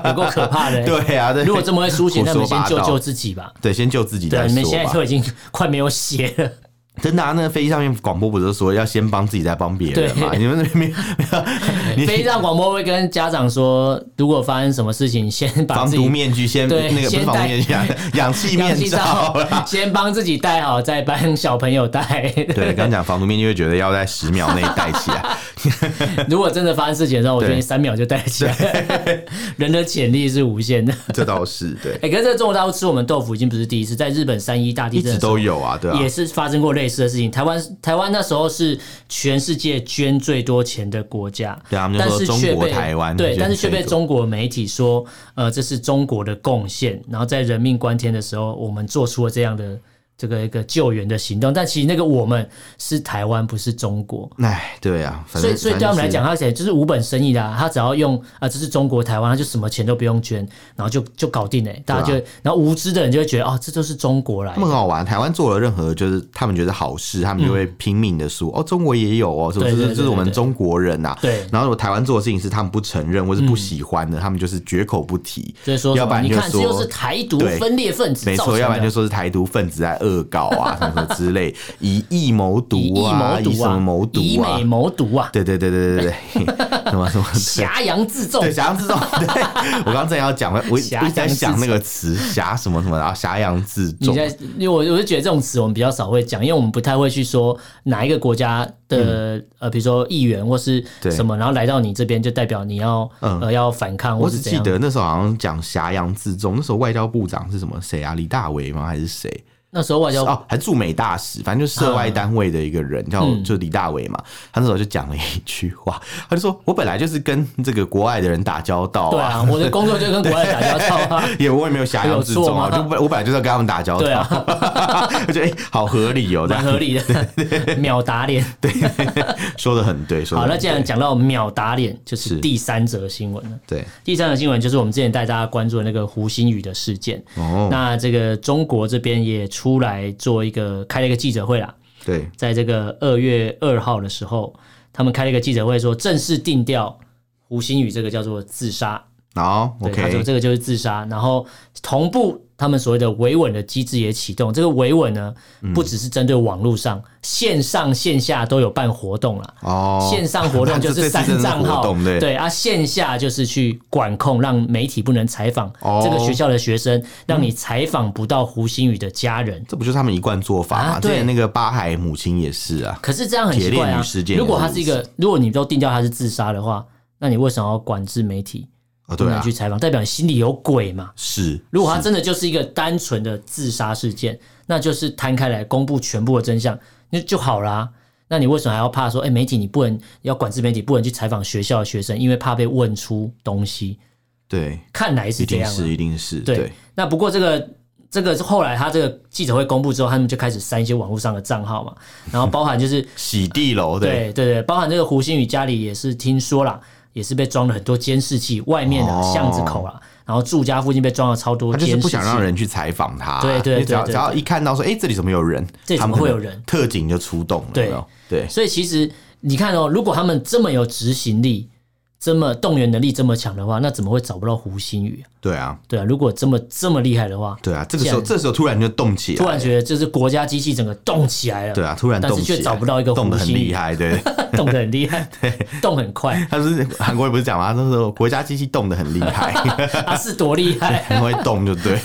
[SPEAKER 2] 有够可怕的、欸。
[SPEAKER 1] 对啊对
[SPEAKER 2] 啊如果这么会输血，
[SPEAKER 1] 胡
[SPEAKER 2] 那
[SPEAKER 1] 说
[SPEAKER 2] 你们先
[SPEAKER 1] 八
[SPEAKER 2] 救
[SPEAKER 1] 道
[SPEAKER 2] 救自己吧。
[SPEAKER 1] 对，先救自己
[SPEAKER 2] 对
[SPEAKER 1] 再
[SPEAKER 2] 啊，你
[SPEAKER 1] 说
[SPEAKER 2] 们现在
[SPEAKER 1] 吧。
[SPEAKER 2] 都已经快没有血了，
[SPEAKER 1] 真的啊，那个飞机上面广播不是说要先帮自己，再帮别人嘛？
[SPEAKER 2] 对
[SPEAKER 1] 你们那边你
[SPEAKER 2] 飞机上广播会跟家长说，如果发生什么事情，先把
[SPEAKER 1] 防
[SPEAKER 2] 自
[SPEAKER 1] 毒
[SPEAKER 2] 己
[SPEAKER 1] 面具先
[SPEAKER 2] 对
[SPEAKER 1] 那个不
[SPEAKER 2] 先
[SPEAKER 1] 是防毒
[SPEAKER 2] 戴
[SPEAKER 1] 面具啊，氧气
[SPEAKER 2] 氧
[SPEAKER 1] 面
[SPEAKER 2] 气
[SPEAKER 1] 罩啊啦。
[SPEAKER 2] 罩 先帮自己戴好，再帮小朋友戴。
[SPEAKER 1] 对，刚刚讲防毒面具，会觉得要在十秒内戴起来。
[SPEAKER 2] 如果真的发生事情的时候，我觉得
[SPEAKER 1] 对
[SPEAKER 2] 三秒就戴起来。 人的潜力是无限的。
[SPEAKER 1] 这倒是对，
[SPEAKER 2] 哎、可是这个中国大陆吃我们豆腐已经不是第一次，在日本三一大地
[SPEAKER 1] 一
[SPEAKER 2] 震
[SPEAKER 1] 直
[SPEAKER 2] 的时候
[SPEAKER 1] 都有啊，对啊
[SPEAKER 2] 也，是发生过类似的事情。台湾台湾那时候是全世界捐最多钱的国家，
[SPEAKER 1] 对啊他们就
[SPEAKER 2] 但
[SPEAKER 1] 说
[SPEAKER 2] 是
[SPEAKER 1] 中
[SPEAKER 2] 却
[SPEAKER 1] 国
[SPEAKER 2] 被
[SPEAKER 1] 台湾
[SPEAKER 2] 对，
[SPEAKER 1] 捐
[SPEAKER 2] 但是却
[SPEAKER 1] 最
[SPEAKER 2] 被
[SPEAKER 1] 多
[SPEAKER 2] 中国媒体说，呃，这是中国的贡献。然后在人命关天的时候，我们做出了这样的这个一个救援的行动，但其实那个我们是台湾，不是中国。
[SPEAKER 1] 哎，对啊，反
[SPEAKER 2] 所以，
[SPEAKER 1] 正
[SPEAKER 2] 所以对他们来讲，，他写就是无本生意的、啊，他只要用啊、这是中国台湾，他就什么钱都不用捐，然后就就搞定了。大家
[SPEAKER 1] 啊
[SPEAKER 2] 就、然后无知的人就会觉得哦，这就是中国来
[SPEAKER 1] 他们
[SPEAKER 2] 的，
[SPEAKER 1] 很好玩。台湾做了任何就是他们觉得好事，他们就会拼命的说哦，中国也有哦，这
[SPEAKER 2] 嗯对
[SPEAKER 1] 这
[SPEAKER 2] 对对
[SPEAKER 1] 是这是我
[SPEAKER 2] 对
[SPEAKER 1] 们
[SPEAKER 2] 对
[SPEAKER 1] 中国人呐。
[SPEAKER 2] 对嗯
[SPEAKER 1] 然后如果台湾做的事情是他们不承认或是不喜欢的，他们就是绝口不提。
[SPEAKER 2] 所以说什么
[SPEAKER 1] 要不然
[SPEAKER 2] 你
[SPEAKER 1] 就
[SPEAKER 2] 看这
[SPEAKER 1] 说
[SPEAKER 2] 就是台独
[SPEAKER 1] 对
[SPEAKER 2] 分裂分子
[SPEAKER 1] 没
[SPEAKER 2] 造
[SPEAKER 1] 错，
[SPEAKER 2] 成的，
[SPEAKER 1] 要不然就说是台独分子在恶搞啊， 什么什么之类，以疫谋独
[SPEAKER 2] 以疫
[SPEAKER 1] 啊，
[SPEAKER 2] 谋
[SPEAKER 1] 以
[SPEAKER 2] 独
[SPEAKER 1] 什
[SPEAKER 2] 啊，
[SPEAKER 1] 么谋独
[SPEAKER 2] 以
[SPEAKER 1] 啊
[SPEAKER 2] 美？谋独啊，
[SPEAKER 1] 对对对对对对对， 什么什么对
[SPEAKER 2] 挟洋自重
[SPEAKER 1] 对，挟洋自重。对，我刚刚正要讲，我我一
[SPEAKER 2] 挟洋
[SPEAKER 1] 直在想那个 词，挟什么什么，然后挟洋自
[SPEAKER 2] 你
[SPEAKER 1] 重。
[SPEAKER 2] 在，因为我我就觉得这种词我们比较少会讲，因为我们不太会去说哪一个国家的、呃，比如说议员或是
[SPEAKER 1] 嗯对
[SPEAKER 2] 什么，然后来到你这边就代表你要、
[SPEAKER 1] 嗯
[SPEAKER 2] 呃要反抗或
[SPEAKER 1] 我
[SPEAKER 2] 是
[SPEAKER 1] 只
[SPEAKER 2] 怎
[SPEAKER 1] 记
[SPEAKER 2] 样。
[SPEAKER 1] 得那时候好像讲挟洋自重，那时候外交部长是什么谁啊？李大为吗？还是谁？
[SPEAKER 2] 那时候外交、
[SPEAKER 1] 哦，还驻美大使，反正就是涉外单位的一个人，叫
[SPEAKER 2] 嗯
[SPEAKER 1] 就李大为嘛。他那时候就讲了一句话，他就说：“我本来就是跟这个国外的人打交道
[SPEAKER 2] 对
[SPEAKER 1] 啊，
[SPEAKER 2] 啊，我的工作就跟国外打交道啊。
[SPEAKER 1] 也我也没有挟洋自重啊，
[SPEAKER 2] 有错
[SPEAKER 1] 就
[SPEAKER 2] 吗
[SPEAKER 1] 本我本来就是要跟他们打交道。
[SPEAKER 2] 对啊
[SPEAKER 1] 我觉得哎、好合理哦、这
[SPEAKER 2] 蛮
[SPEAKER 1] 样
[SPEAKER 2] 合理的， 秒打脸。
[SPEAKER 1] 说的很对，说
[SPEAKER 2] 好，
[SPEAKER 1] 的
[SPEAKER 2] 那既然讲到秒打脸，就是是第三则新闻了。
[SPEAKER 1] 对
[SPEAKER 2] 第三则新闻就是我们之前带大家关注的那个胡鑫宇的事件。
[SPEAKER 1] 哦，
[SPEAKER 2] 那这个中国这边也出来做一个开了一个记者会啦，
[SPEAKER 1] 对
[SPEAKER 2] 在这个二月二号的时候，他们开了一个记者会，说正式定调胡鑫宇这个叫做自杀，
[SPEAKER 1] 好
[SPEAKER 2] 对他说
[SPEAKER 1] ，OK，
[SPEAKER 2] 这个就是自杀。然后同步，他们所谓的维稳的机制也启动。这个维稳呢，
[SPEAKER 1] 嗯
[SPEAKER 2] 不只是针对网络上，线上线下都有办活动啦。
[SPEAKER 1] 哦，
[SPEAKER 2] 线上 活动就
[SPEAKER 1] 这
[SPEAKER 2] 是
[SPEAKER 1] 次真
[SPEAKER 2] 删
[SPEAKER 1] 的是
[SPEAKER 2] 账
[SPEAKER 1] 活
[SPEAKER 2] 号
[SPEAKER 1] 动，对
[SPEAKER 2] 啊，线下就是去管控，让媒体不能采访
[SPEAKER 1] 哦
[SPEAKER 2] 这个学校的学生，让你采访不到胡鑫宇的家人。
[SPEAKER 1] 这不就是他们一贯做法吗？
[SPEAKER 2] 啊
[SPEAKER 1] 之
[SPEAKER 2] 对
[SPEAKER 1] 前那个巴海母亲也是啊，
[SPEAKER 2] 可是这样很奇怪
[SPEAKER 1] 铁链
[SPEAKER 2] 啊
[SPEAKER 1] 女事！件
[SPEAKER 2] 如果他是一个，如果你都定掉他是自杀的话，那你为什么要管制媒体
[SPEAKER 1] 啊
[SPEAKER 2] 不
[SPEAKER 1] 对
[SPEAKER 2] 能
[SPEAKER 1] 啊
[SPEAKER 2] 去，采访？代表你心里有鬼嘛？
[SPEAKER 1] 是
[SPEAKER 2] 如果他真的就是一个单纯的自杀事件，那就是摊开来公布全部的真相，那就好啦。那你为什么还要怕说，哎、媒体你不能要管制媒体，不能去采访学校的学生，因为怕被问出东西？
[SPEAKER 1] 对，
[SPEAKER 2] 看来是
[SPEAKER 1] 一
[SPEAKER 2] 这
[SPEAKER 1] 定
[SPEAKER 2] 样啊、
[SPEAKER 1] 是一定是
[SPEAKER 2] 对
[SPEAKER 1] 对。
[SPEAKER 2] 那不过这个这个是后来他这个记者会公布之后，他们就开始删一些网络上的账号嘛，然后包含就是
[SPEAKER 1] 洗地楼， 对，
[SPEAKER 2] 对对对，包含这个胡鑫宇家里也是听说啦，也是被装了很多监视器，外面啊、
[SPEAKER 1] 哦
[SPEAKER 2] 巷子口啦，然后住家附近被装了超多
[SPEAKER 1] 他就
[SPEAKER 2] 监视器，
[SPEAKER 1] 是不想让人去采访他，啊
[SPEAKER 2] 对对
[SPEAKER 1] 因为只要
[SPEAKER 2] 对对
[SPEAKER 1] 只要一看到说，哎，这里怎么有人，
[SPEAKER 2] 这里
[SPEAKER 1] 他
[SPEAKER 2] 怎么
[SPEAKER 1] 们可
[SPEAKER 2] 会
[SPEAKER 1] 能
[SPEAKER 2] 有人
[SPEAKER 1] 特警就出动了，
[SPEAKER 2] 对
[SPEAKER 1] 有没有对，
[SPEAKER 2] 所以其实你看哦，如果他们这么有执行力，这么动员能力这么强的话，那怎么会找不到胡鑫宇啊？
[SPEAKER 1] 对啊，
[SPEAKER 2] 对啊，如果这么这么厉害的话，
[SPEAKER 1] 对啊，这个时候
[SPEAKER 2] 既然
[SPEAKER 1] 这时候突然就动起来，
[SPEAKER 2] 突然觉得就是国家机器整个动起来了，
[SPEAKER 1] 对啊，突然
[SPEAKER 2] 但
[SPEAKER 1] 动
[SPEAKER 2] 是
[SPEAKER 1] 起来，
[SPEAKER 2] 却找不到一个
[SPEAKER 1] 动的
[SPEAKER 2] 胡
[SPEAKER 1] 很
[SPEAKER 2] 鑫宇
[SPEAKER 1] 厉，害，对。
[SPEAKER 2] 动得很厉害，动很快，
[SPEAKER 1] 他是韩国人不是讲吗？他说国家机器动的很厉害，
[SPEAKER 2] 他啊是多厉害？
[SPEAKER 1] 很会动就 对，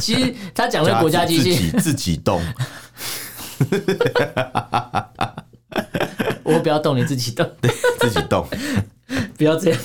[SPEAKER 2] 其实他讲的国家机
[SPEAKER 1] 自
[SPEAKER 2] 器，
[SPEAKER 1] 己自己动，
[SPEAKER 2] 我不要动，你自己动，
[SPEAKER 1] 自己动，
[SPEAKER 2] 不要 这样。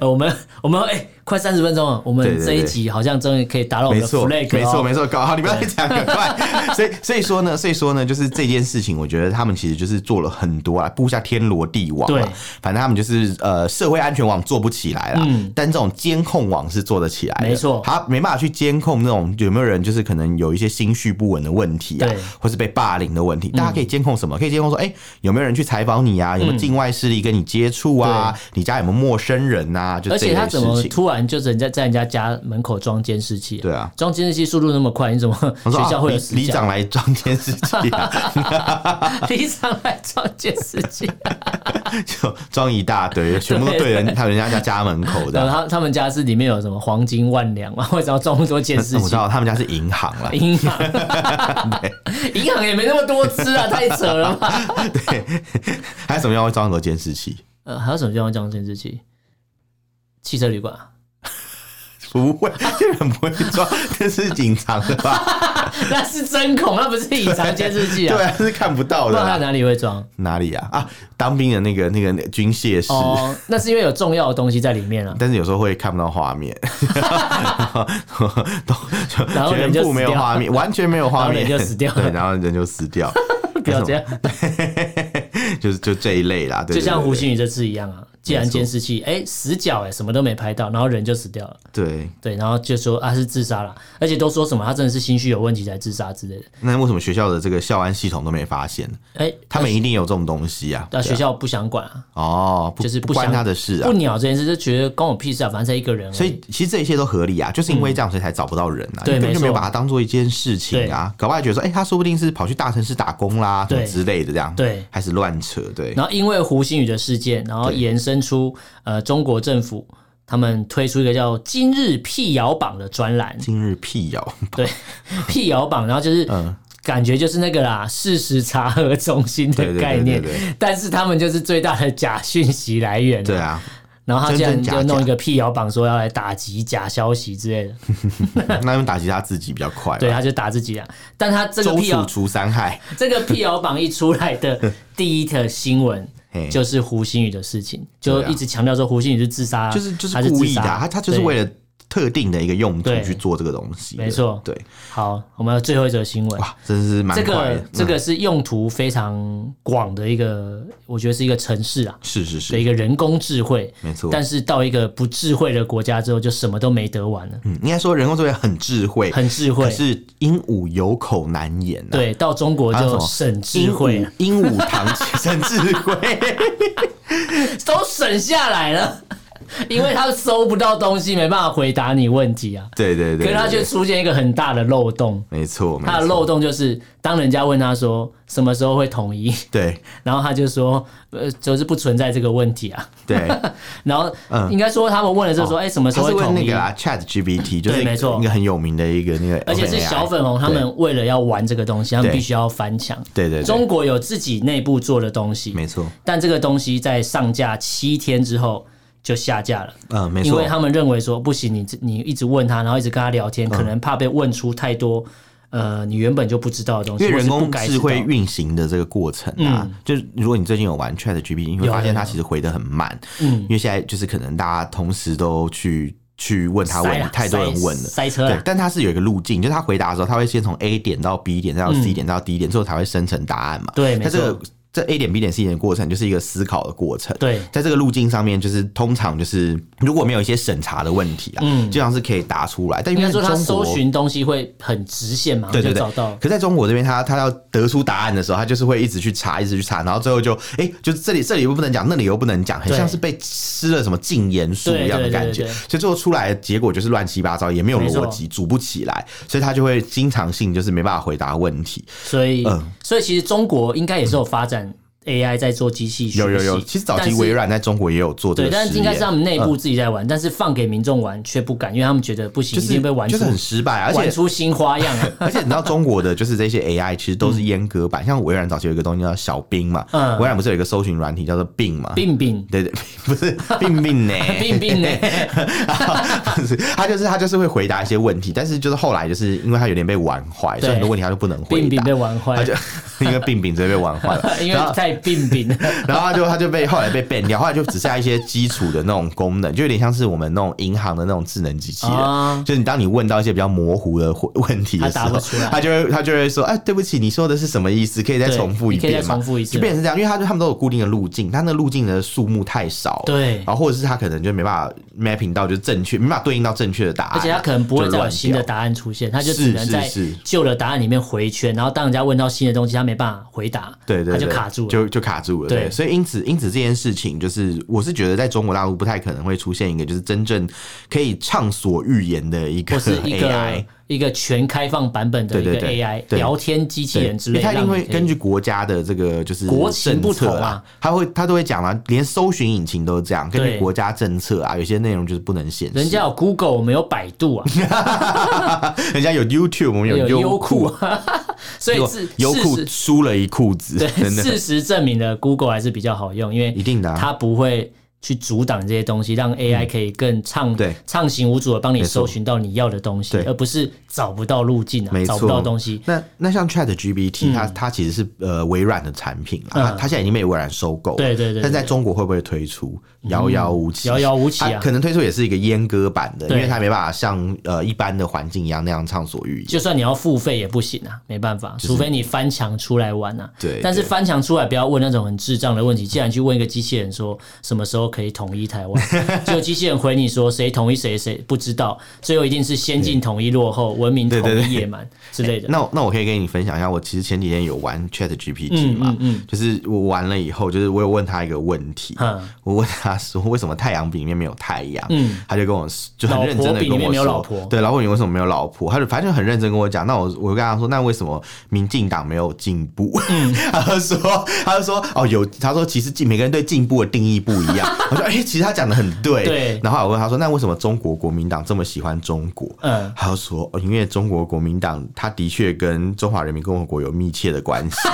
[SPEAKER 2] 呃我们我们哎、快三十分钟了，我们
[SPEAKER 1] 对对
[SPEAKER 2] 这
[SPEAKER 1] 对
[SPEAKER 2] 一集好像终于可以达到我
[SPEAKER 1] 没
[SPEAKER 2] 们的
[SPEAKER 1] 错，
[SPEAKER 2] flag
[SPEAKER 1] 没
[SPEAKER 2] 了哦
[SPEAKER 1] 错，没错，搞好，你不要再讲很快。 所以，所以说呢，所以说呢，就是这件事情，我觉得他们其实就是做了很多啊，布下天罗地网
[SPEAKER 2] 对
[SPEAKER 1] 了。反正他们就是呃，社会安全网做不起来啦，
[SPEAKER 2] 嗯
[SPEAKER 1] 但这种监控网是做得起来的。
[SPEAKER 2] 没错
[SPEAKER 1] 他没办法去监控那种有没有人就是可能有一些心绪不稳的问题啊
[SPEAKER 2] 对，嗯
[SPEAKER 1] 或是被霸凌的问题，大家可以监控什么？可以监控说，哎、有没有人去采访你啊？有没有境外势力跟你接触啊？你家有没有陌生人啊？就
[SPEAKER 2] 而
[SPEAKER 1] 这一
[SPEAKER 2] 且
[SPEAKER 1] 类
[SPEAKER 2] 他
[SPEAKER 1] 事
[SPEAKER 2] 怎么
[SPEAKER 1] 情。
[SPEAKER 2] 突然就是人家在人家家门口装监视器、
[SPEAKER 1] 对啊，
[SPEAKER 2] 装监视器速度那么快，你怎么
[SPEAKER 1] 我
[SPEAKER 2] 学
[SPEAKER 1] 说
[SPEAKER 2] 校
[SPEAKER 1] 啊
[SPEAKER 2] 会有
[SPEAKER 1] 里
[SPEAKER 2] 死
[SPEAKER 1] 里
[SPEAKER 2] 角
[SPEAKER 1] 长？来装监视 器啊，
[SPEAKER 2] 里长来装监视器，啊
[SPEAKER 1] 就装一大堆，全部都对人，他人家家家门口
[SPEAKER 2] 然后
[SPEAKER 1] 的。
[SPEAKER 2] 他他们家是里面有什么黄金万两嘛？ 为什么要装那么多监视
[SPEAKER 1] 我知
[SPEAKER 2] 器？哎
[SPEAKER 1] 道他们家是银行啦，
[SPEAKER 2] 银行，银行也没那么多 只啊，太扯了吧？
[SPEAKER 1] 对，还有什么样会装很多监视器？
[SPEAKER 2] 呃，还有什么地方装监视器？汽车旅馆啊，
[SPEAKER 1] 不会，这人不会装，这是隐藏的吧？
[SPEAKER 2] 那是针孔，那 不是隐藏监视器啊
[SPEAKER 1] 对。啊，是看不到
[SPEAKER 2] 不
[SPEAKER 1] 的
[SPEAKER 2] 然他
[SPEAKER 1] 啦。
[SPEAKER 2] 哪里会装？
[SPEAKER 1] 哪里啊？啊，当兵的那个那个那个军械室。
[SPEAKER 2] 哦，那是因为有重要的东西在里面啊。
[SPEAKER 1] 但是有时候会看不到画面， 都就
[SPEAKER 2] 然后人
[SPEAKER 1] 全
[SPEAKER 2] 就
[SPEAKER 1] 部没有
[SPEAKER 2] 死掉
[SPEAKER 1] 画面，完全没有画面，
[SPEAKER 2] 然后人就死掉了
[SPEAKER 1] 对，然后人就死掉，
[SPEAKER 2] 不要这样，
[SPEAKER 1] 就是就这一类啦。对
[SPEAKER 2] 就像
[SPEAKER 1] 对对
[SPEAKER 2] 胡鑫宇这次一样啊。既然监视器，哎，死角哎，什么都没拍到，然后人就死掉了。
[SPEAKER 1] 对，
[SPEAKER 2] 对，然后就说啊是自杀了，而且都说什么他真的是心绪有问题才自杀之类的。
[SPEAKER 1] 那为什么学校的这个校安系统都没发现？
[SPEAKER 2] 哎，
[SPEAKER 1] 他们一定有这种东西啊。
[SPEAKER 2] 那
[SPEAKER 1] 对
[SPEAKER 2] 学
[SPEAKER 1] 啊
[SPEAKER 2] 校不想管啊，
[SPEAKER 1] 哦，不
[SPEAKER 2] 就是
[SPEAKER 1] 不
[SPEAKER 2] 不
[SPEAKER 1] 关
[SPEAKER 2] 想
[SPEAKER 1] 他的事啊
[SPEAKER 2] 不。鸟这件事，就觉得关我屁事啊，反正才一个人而已。
[SPEAKER 1] 所以其实这一切都合理啊，就是因为这样，所以才找不到人啊，
[SPEAKER 2] 嗯对
[SPEAKER 1] 你根本就没有
[SPEAKER 2] 没错
[SPEAKER 1] 把它当做一件事情啊，搞不好还觉得说，哎、他说不定是跑去大城市打工啦，什么
[SPEAKER 2] 对
[SPEAKER 1] 之类的这样，
[SPEAKER 2] 对
[SPEAKER 1] 还是乱扯，对，
[SPEAKER 2] 然后因为胡鑫宇的事件，然后
[SPEAKER 1] 对
[SPEAKER 2] 延伸出呃中国政府他们推出一个叫“今日辟谣榜”的专 栏，
[SPEAKER 1] 今日哦辟 谣，
[SPEAKER 2] 对，辟谣榜，然后就是。
[SPEAKER 1] 嗯
[SPEAKER 2] 感觉就是那个啦，事实查核中心的
[SPEAKER 1] 对对对
[SPEAKER 2] 概念，
[SPEAKER 1] 对 对
[SPEAKER 2] 但是他们就是最大的假讯息来源。
[SPEAKER 1] 对，啊，
[SPEAKER 2] 然后他竟然
[SPEAKER 1] 真真假
[SPEAKER 2] 就弄
[SPEAKER 1] 假
[SPEAKER 2] 一个辟谣榜，说要来打击假消息之类的，
[SPEAKER 1] 啊那用打击他自己比较快吧。
[SPEAKER 2] 对，他就打自己啊。但他这个
[SPEAKER 1] 哎周
[SPEAKER 2] 辟
[SPEAKER 1] 楚
[SPEAKER 2] 谣，
[SPEAKER 1] 除三害，
[SPEAKER 2] 这个辟谣榜一出来的第一条新闻
[SPEAKER 1] 嘿
[SPEAKER 2] 就是胡心宇的事情，就
[SPEAKER 1] 嗯对啊
[SPEAKER 2] 一直强调说胡心宇是自杀，
[SPEAKER 1] 就是就
[SPEAKER 2] 他
[SPEAKER 1] 是
[SPEAKER 2] 是
[SPEAKER 1] 故
[SPEAKER 2] 自
[SPEAKER 1] 意的啊，
[SPEAKER 2] 杀，
[SPEAKER 1] 他他就是
[SPEAKER 2] 对
[SPEAKER 1] 为了特定的一个用途
[SPEAKER 2] 对
[SPEAKER 1] 去做这个东西的。
[SPEAKER 2] 没错
[SPEAKER 1] 对，
[SPEAKER 2] 好，我们最后一则新闻。
[SPEAKER 1] 哇，真是蛮
[SPEAKER 2] 这
[SPEAKER 1] 快
[SPEAKER 2] 个
[SPEAKER 1] 的。
[SPEAKER 2] 这
[SPEAKER 1] 嗯
[SPEAKER 2] 个是用途非常广的一个，我觉得是一个城市啊
[SPEAKER 1] 是是
[SPEAKER 2] 的一
[SPEAKER 1] 是，
[SPEAKER 2] 个人工智慧，
[SPEAKER 1] 没错。
[SPEAKER 2] 但是到一个不智慧的国家之后，就什么都没得玩了，
[SPEAKER 1] 嗯，应该说人工智慧很智慧，
[SPEAKER 2] 很智慧
[SPEAKER 1] 哎可。是鹦鹉有口难言啊。
[SPEAKER 2] 对，到中国
[SPEAKER 1] 还有什
[SPEAKER 2] 就
[SPEAKER 1] 么
[SPEAKER 2] 省
[SPEAKER 1] 鹦
[SPEAKER 2] 智慧
[SPEAKER 1] 鹉
[SPEAKER 2] 了，
[SPEAKER 1] 鹦鹉堂前省智 慧，
[SPEAKER 2] 都省下来了， 因为他搜不到东西，没办法回答你问题啊。
[SPEAKER 1] 对对对
[SPEAKER 2] 可
[SPEAKER 1] 对，
[SPEAKER 2] 是他
[SPEAKER 1] 对
[SPEAKER 2] 却出现一个很大的漏洞，
[SPEAKER 1] 没错，没
[SPEAKER 2] 他的
[SPEAKER 1] 错
[SPEAKER 2] 漏洞就是当人家问他说什么时候会统一，
[SPEAKER 1] 对
[SPEAKER 2] 然后他就说呃就是不存在这个问题啊。
[SPEAKER 1] 对，
[SPEAKER 2] 然后
[SPEAKER 1] 嗯哦
[SPEAKER 2] 应该说他们问了之后说，哎、什么时
[SPEAKER 1] 他
[SPEAKER 2] 候会
[SPEAKER 1] 是问
[SPEAKER 2] 统
[SPEAKER 1] 那
[SPEAKER 2] 一
[SPEAKER 1] 个？啦啊 Chat GPT，就是
[SPEAKER 2] 对没错
[SPEAKER 1] 一个很有名的一个那个 OpenAI，
[SPEAKER 2] 而且是小粉红，他们为了要玩这个东西，他
[SPEAKER 1] 啊
[SPEAKER 2] 们
[SPEAKER 1] 对
[SPEAKER 2] 必须要翻墙。
[SPEAKER 1] 对对对
[SPEAKER 2] 中国有自己内部做的东西，
[SPEAKER 1] 没错，
[SPEAKER 2] 但这个东西在上架七天之后就下架了，
[SPEAKER 1] 嗯，没
[SPEAKER 2] 因
[SPEAKER 1] 错
[SPEAKER 2] 为，他们认为说不行，你你一直问他，然后一直跟他聊
[SPEAKER 1] 嗯
[SPEAKER 2] 天，可能怕被问出太多呃你原本就不知道的东西，
[SPEAKER 1] 因为
[SPEAKER 2] 或
[SPEAKER 1] 人
[SPEAKER 2] 是不
[SPEAKER 1] 工
[SPEAKER 2] 该
[SPEAKER 1] 智慧
[SPEAKER 2] 知道
[SPEAKER 1] 运行的这个过程啊，就是如果你最近有玩 Chat GPT，你会
[SPEAKER 2] 嗯有
[SPEAKER 1] 发现它
[SPEAKER 2] 有有
[SPEAKER 1] 其实回的很慢，
[SPEAKER 2] 嗯
[SPEAKER 1] 因为现在就是可能大家同时都去去问他问
[SPEAKER 2] 塞
[SPEAKER 1] 题
[SPEAKER 2] 啦，
[SPEAKER 1] 太多人
[SPEAKER 2] 塞
[SPEAKER 1] 问了。
[SPEAKER 2] 塞车
[SPEAKER 1] 对
[SPEAKER 2] 啊，，
[SPEAKER 1] 但它是有一个路径，就是他回答的时候，他会先从 A 点到 B 点，再到 C 点，再到 D 点，最后才会生成答案嘛。
[SPEAKER 2] 嗯对没
[SPEAKER 1] 它这
[SPEAKER 2] 错
[SPEAKER 1] 个这 A 点、B 点、C 点的过程，就是一个思考的过程。
[SPEAKER 2] 对
[SPEAKER 1] 在这个路径上面，就是通常就是如果没有一些审查的问题啊，
[SPEAKER 2] 嗯
[SPEAKER 1] 经常是可以答出来。但因
[SPEAKER 2] 应
[SPEAKER 1] 为
[SPEAKER 2] 该说他
[SPEAKER 1] 中
[SPEAKER 2] 搜
[SPEAKER 1] 国
[SPEAKER 2] 寻东西会很直线嘛，
[SPEAKER 1] 对对
[SPEAKER 2] 就
[SPEAKER 1] 对
[SPEAKER 2] 找到，
[SPEAKER 1] 可在中国这边，他他要得出答案的时候，他就是会一直去查，一直去查，然后最后就哎、诶就这里这里又不能讲，那里又不能讲，很
[SPEAKER 2] 对
[SPEAKER 1] 像是被吃了什么禁言术一样的
[SPEAKER 2] 对对对
[SPEAKER 1] 感觉。
[SPEAKER 2] 对对
[SPEAKER 1] 所以最后出来的结果就是乱七八糟，也没有
[SPEAKER 2] 没错
[SPEAKER 1] 逻辑，组不起来，所以他就会经常性就是没办法回答问题。
[SPEAKER 2] 所以、
[SPEAKER 1] 嗯
[SPEAKER 2] 所以其实中国应该也是有发展 AI 在做机器学习，
[SPEAKER 1] 有有有，其实早期微
[SPEAKER 2] 软
[SPEAKER 1] 软在中国也有做这
[SPEAKER 2] 对，
[SPEAKER 1] 个
[SPEAKER 2] 但
[SPEAKER 1] 实
[SPEAKER 2] 是应该是他
[SPEAKER 1] 验。嗯
[SPEAKER 2] 们内部自己在玩，但是放给民众玩却不敢，因为他们觉得不行，
[SPEAKER 1] 就
[SPEAKER 2] 一
[SPEAKER 1] 是
[SPEAKER 2] 定被玩
[SPEAKER 1] 就
[SPEAKER 2] 出
[SPEAKER 1] 是很失败，而
[SPEAKER 2] 玩
[SPEAKER 1] 且。
[SPEAKER 2] 出新花样啊
[SPEAKER 1] 而且你知道中国的就是这些 AI 其实都是阉割版，像微软早期有一个东西叫小冰嘛，
[SPEAKER 2] 嗯
[SPEAKER 1] 微软不是有一个搜寻软体叫做病嘛，
[SPEAKER 2] 病病
[SPEAKER 1] 对对， 不是病病呢、
[SPEAKER 2] 病病呢、
[SPEAKER 1] 不是，他就是他就是会回答一些问题，但是就是后来就是因为他有点被玩坏，所以
[SPEAKER 2] 对
[SPEAKER 1] 很多问题他就不能回答。
[SPEAKER 2] 病病被玩坏，
[SPEAKER 1] 他，就 因为病病直接被玩坏了
[SPEAKER 2] 因
[SPEAKER 1] 然后
[SPEAKER 2] 为太病 病了。
[SPEAKER 1] 然后他就他就被后来被 ban 掉，后来就只剩下一些基础的那种功能，就有点像是我们那种银行的那种智能机器人。
[SPEAKER 2] 啊
[SPEAKER 1] 就是你当你问到一些比较模糊的问问题的时
[SPEAKER 2] 他答
[SPEAKER 1] 候
[SPEAKER 2] 不出来，
[SPEAKER 1] 他就会他就会说：“哎，对不起，你说的是什么意思？可以再
[SPEAKER 2] 对
[SPEAKER 1] 重复一
[SPEAKER 2] 你可以
[SPEAKER 1] 遍
[SPEAKER 2] 再
[SPEAKER 1] 吗？”
[SPEAKER 2] 重复一次
[SPEAKER 1] 就变成这样，因为他他们都有固定的路径，他那个路径的数目太少了，
[SPEAKER 2] 对
[SPEAKER 1] 然后或者是他可能就没办法 mapping 到就是正确，没办法对应到正确的答案，
[SPEAKER 2] 而且他可能不会再
[SPEAKER 1] 啊就
[SPEAKER 2] 有
[SPEAKER 1] 乱
[SPEAKER 2] 新的
[SPEAKER 1] 掉。
[SPEAKER 2] 答案出现，他就只能在
[SPEAKER 1] 是是是
[SPEAKER 2] 旧的答案里面回圈，然后当人家问到新的东西，他没办法回答，
[SPEAKER 1] 对对，
[SPEAKER 2] 他
[SPEAKER 1] 对
[SPEAKER 2] 就卡住了。
[SPEAKER 1] 就就卡住了。
[SPEAKER 2] 对
[SPEAKER 1] 对，所以因此因此这件事情，就是我是觉得在中国大陆不太可能会出现一个就是真正可以畅所欲言的一个
[SPEAKER 2] 或是一
[SPEAKER 1] AI
[SPEAKER 2] 个。一个全开放版本的一个
[SPEAKER 1] 对对对
[SPEAKER 2] AI
[SPEAKER 1] 对
[SPEAKER 2] 聊天机器
[SPEAKER 1] 对
[SPEAKER 2] 人之
[SPEAKER 1] 因
[SPEAKER 2] 类，
[SPEAKER 1] 为他一定
[SPEAKER 2] 让
[SPEAKER 1] 会
[SPEAKER 2] 你可以
[SPEAKER 1] 根据国家的这个就是
[SPEAKER 2] 国情不同啊
[SPEAKER 1] 政策啦，他会他都会讲啊，连搜寻引擎都是这样，根
[SPEAKER 2] 对
[SPEAKER 1] 据国家政策啊，有些内容就是不能显示。
[SPEAKER 2] 人家有 Google，我们有百度啊，
[SPEAKER 1] 人 家有 YouTube，我们
[SPEAKER 2] 有优
[SPEAKER 1] 优
[SPEAKER 2] 酷，啊， 所以
[SPEAKER 1] 结果
[SPEAKER 2] 是
[SPEAKER 1] 优酷
[SPEAKER 2] 事实
[SPEAKER 1] 输了一裤子，
[SPEAKER 2] 对，
[SPEAKER 1] 真的
[SPEAKER 2] 事实证明了 Google 还是比较好用，因为
[SPEAKER 1] 一定的啊嗯
[SPEAKER 2] 它不会去阻挡这些东西，让 AI 可以更畅
[SPEAKER 1] 对
[SPEAKER 2] 畅行无阻的帮你
[SPEAKER 1] 没错
[SPEAKER 2] 搜寻到你要的东西，
[SPEAKER 1] 对
[SPEAKER 2] 而不是找不到路径啊，
[SPEAKER 1] 没
[SPEAKER 2] 找
[SPEAKER 1] 错，
[SPEAKER 2] 不到东西。
[SPEAKER 1] 那那像 Chat GPT，它它其实是呃微软的产品啦，它
[SPEAKER 2] 嗯
[SPEAKER 1] 它现在已经被微软收购了，
[SPEAKER 2] 对对对对嗯
[SPEAKER 1] 但在中国会不会推出？遥遥无期，
[SPEAKER 2] 遥遥无期啊
[SPEAKER 1] 它可能推出也是一个阉割版的，因
[SPEAKER 2] 对
[SPEAKER 1] 为它没办法像呃一般的环境一样那样畅所欲言。
[SPEAKER 2] 就算你要付费也不行啊，没办法，除非你翻墙出来玩啊。
[SPEAKER 1] 对
[SPEAKER 2] 但是
[SPEAKER 1] 对
[SPEAKER 2] 翻墙出来不要问那种很智障的问题，既然去问一个机器人说什么时候可以统一 台湾，结果机器人回你说谁统一谁谁不知道，最后一定是先进统一落后，文明统
[SPEAKER 1] 对对
[SPEAKER 2] 一
[SPEAKER 1] 对
[SPEAKER 2] 野蛮之类的。
[SPEAKER 1] 那我那我可以跟你分享一下，我其实前几天有玩 Chat
[SPEAKER 2] 嗯
[SPEAKER 1] GPT 嘛，就是我玩了以后，就是我有问他一个问题，
[SPEAKER 2] 嗯
[SPEAKER 1] 我问他说为什么太阳饼里面没有太阳，
[SPEAKER 2] 嗯
[SPEAKER 1] 他就跟我就很认真的跟
[SPEAKER 2] 老婆饼里面
[SPEAKER 1] 我
[SPEAKER 2] 没有
[SPEAKER 1] 说，
[SPEAKER 2] 老婆
[SPEAKER 1] 对，老婆你为什么没有老婆？他就反正就很认真跟我讲，那我我就跟他说，那为什么民进党没有进
[SPEAKER 2] 嗯
[SPEAKER 1] 步？他就说他就说哦有，他说其实进每个人对进步的定义不一样， 我说哎、其实他讲的很对。
[SPEAKER 2] 对
[SPEAKER 1] 然后我问他说，那为什么中国国民党这么喜欢中国？
[SPEAKER 2] 嗯，
[SPEAKER 1] 他就说，哦因为中国国民党他的确跟中华人民共和国有密切的关系。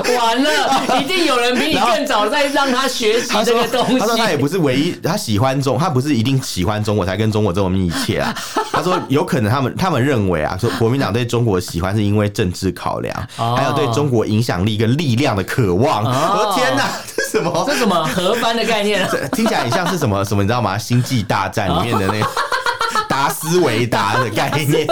[SPEAKER 2] 完了，一定有人比你更早在让他学习
[SPEAKER 1] 他
[SPEAKER 2] 这
[SPEAKER 1] 说
[SPEAKER 2] 个东
[SPEAKER 1] 他说他也
[SPEAKER 2] 西。
[SPEAKER 1] 不是唯一，他喜欢中，他不是一定喜欢中国才跟中国这么密切 啊。他说有可能他们他们认为啊，说国民党对中国喜欢是因为政治考量，
[SPEAKER 2] 哦
[SPEAKER 1] 还有对中国影响力跟力量的渴望。
[SPEAKER 2] 哦
[SPEAKER 1] 我的天哪，这是什么？
[SPEAKER 2] 这什么合番的概 念啊？
[SPEAKER 1] 这听起来很像是什么什么，你知道吗？《星际大战》里面的 那个达斯维达的概念，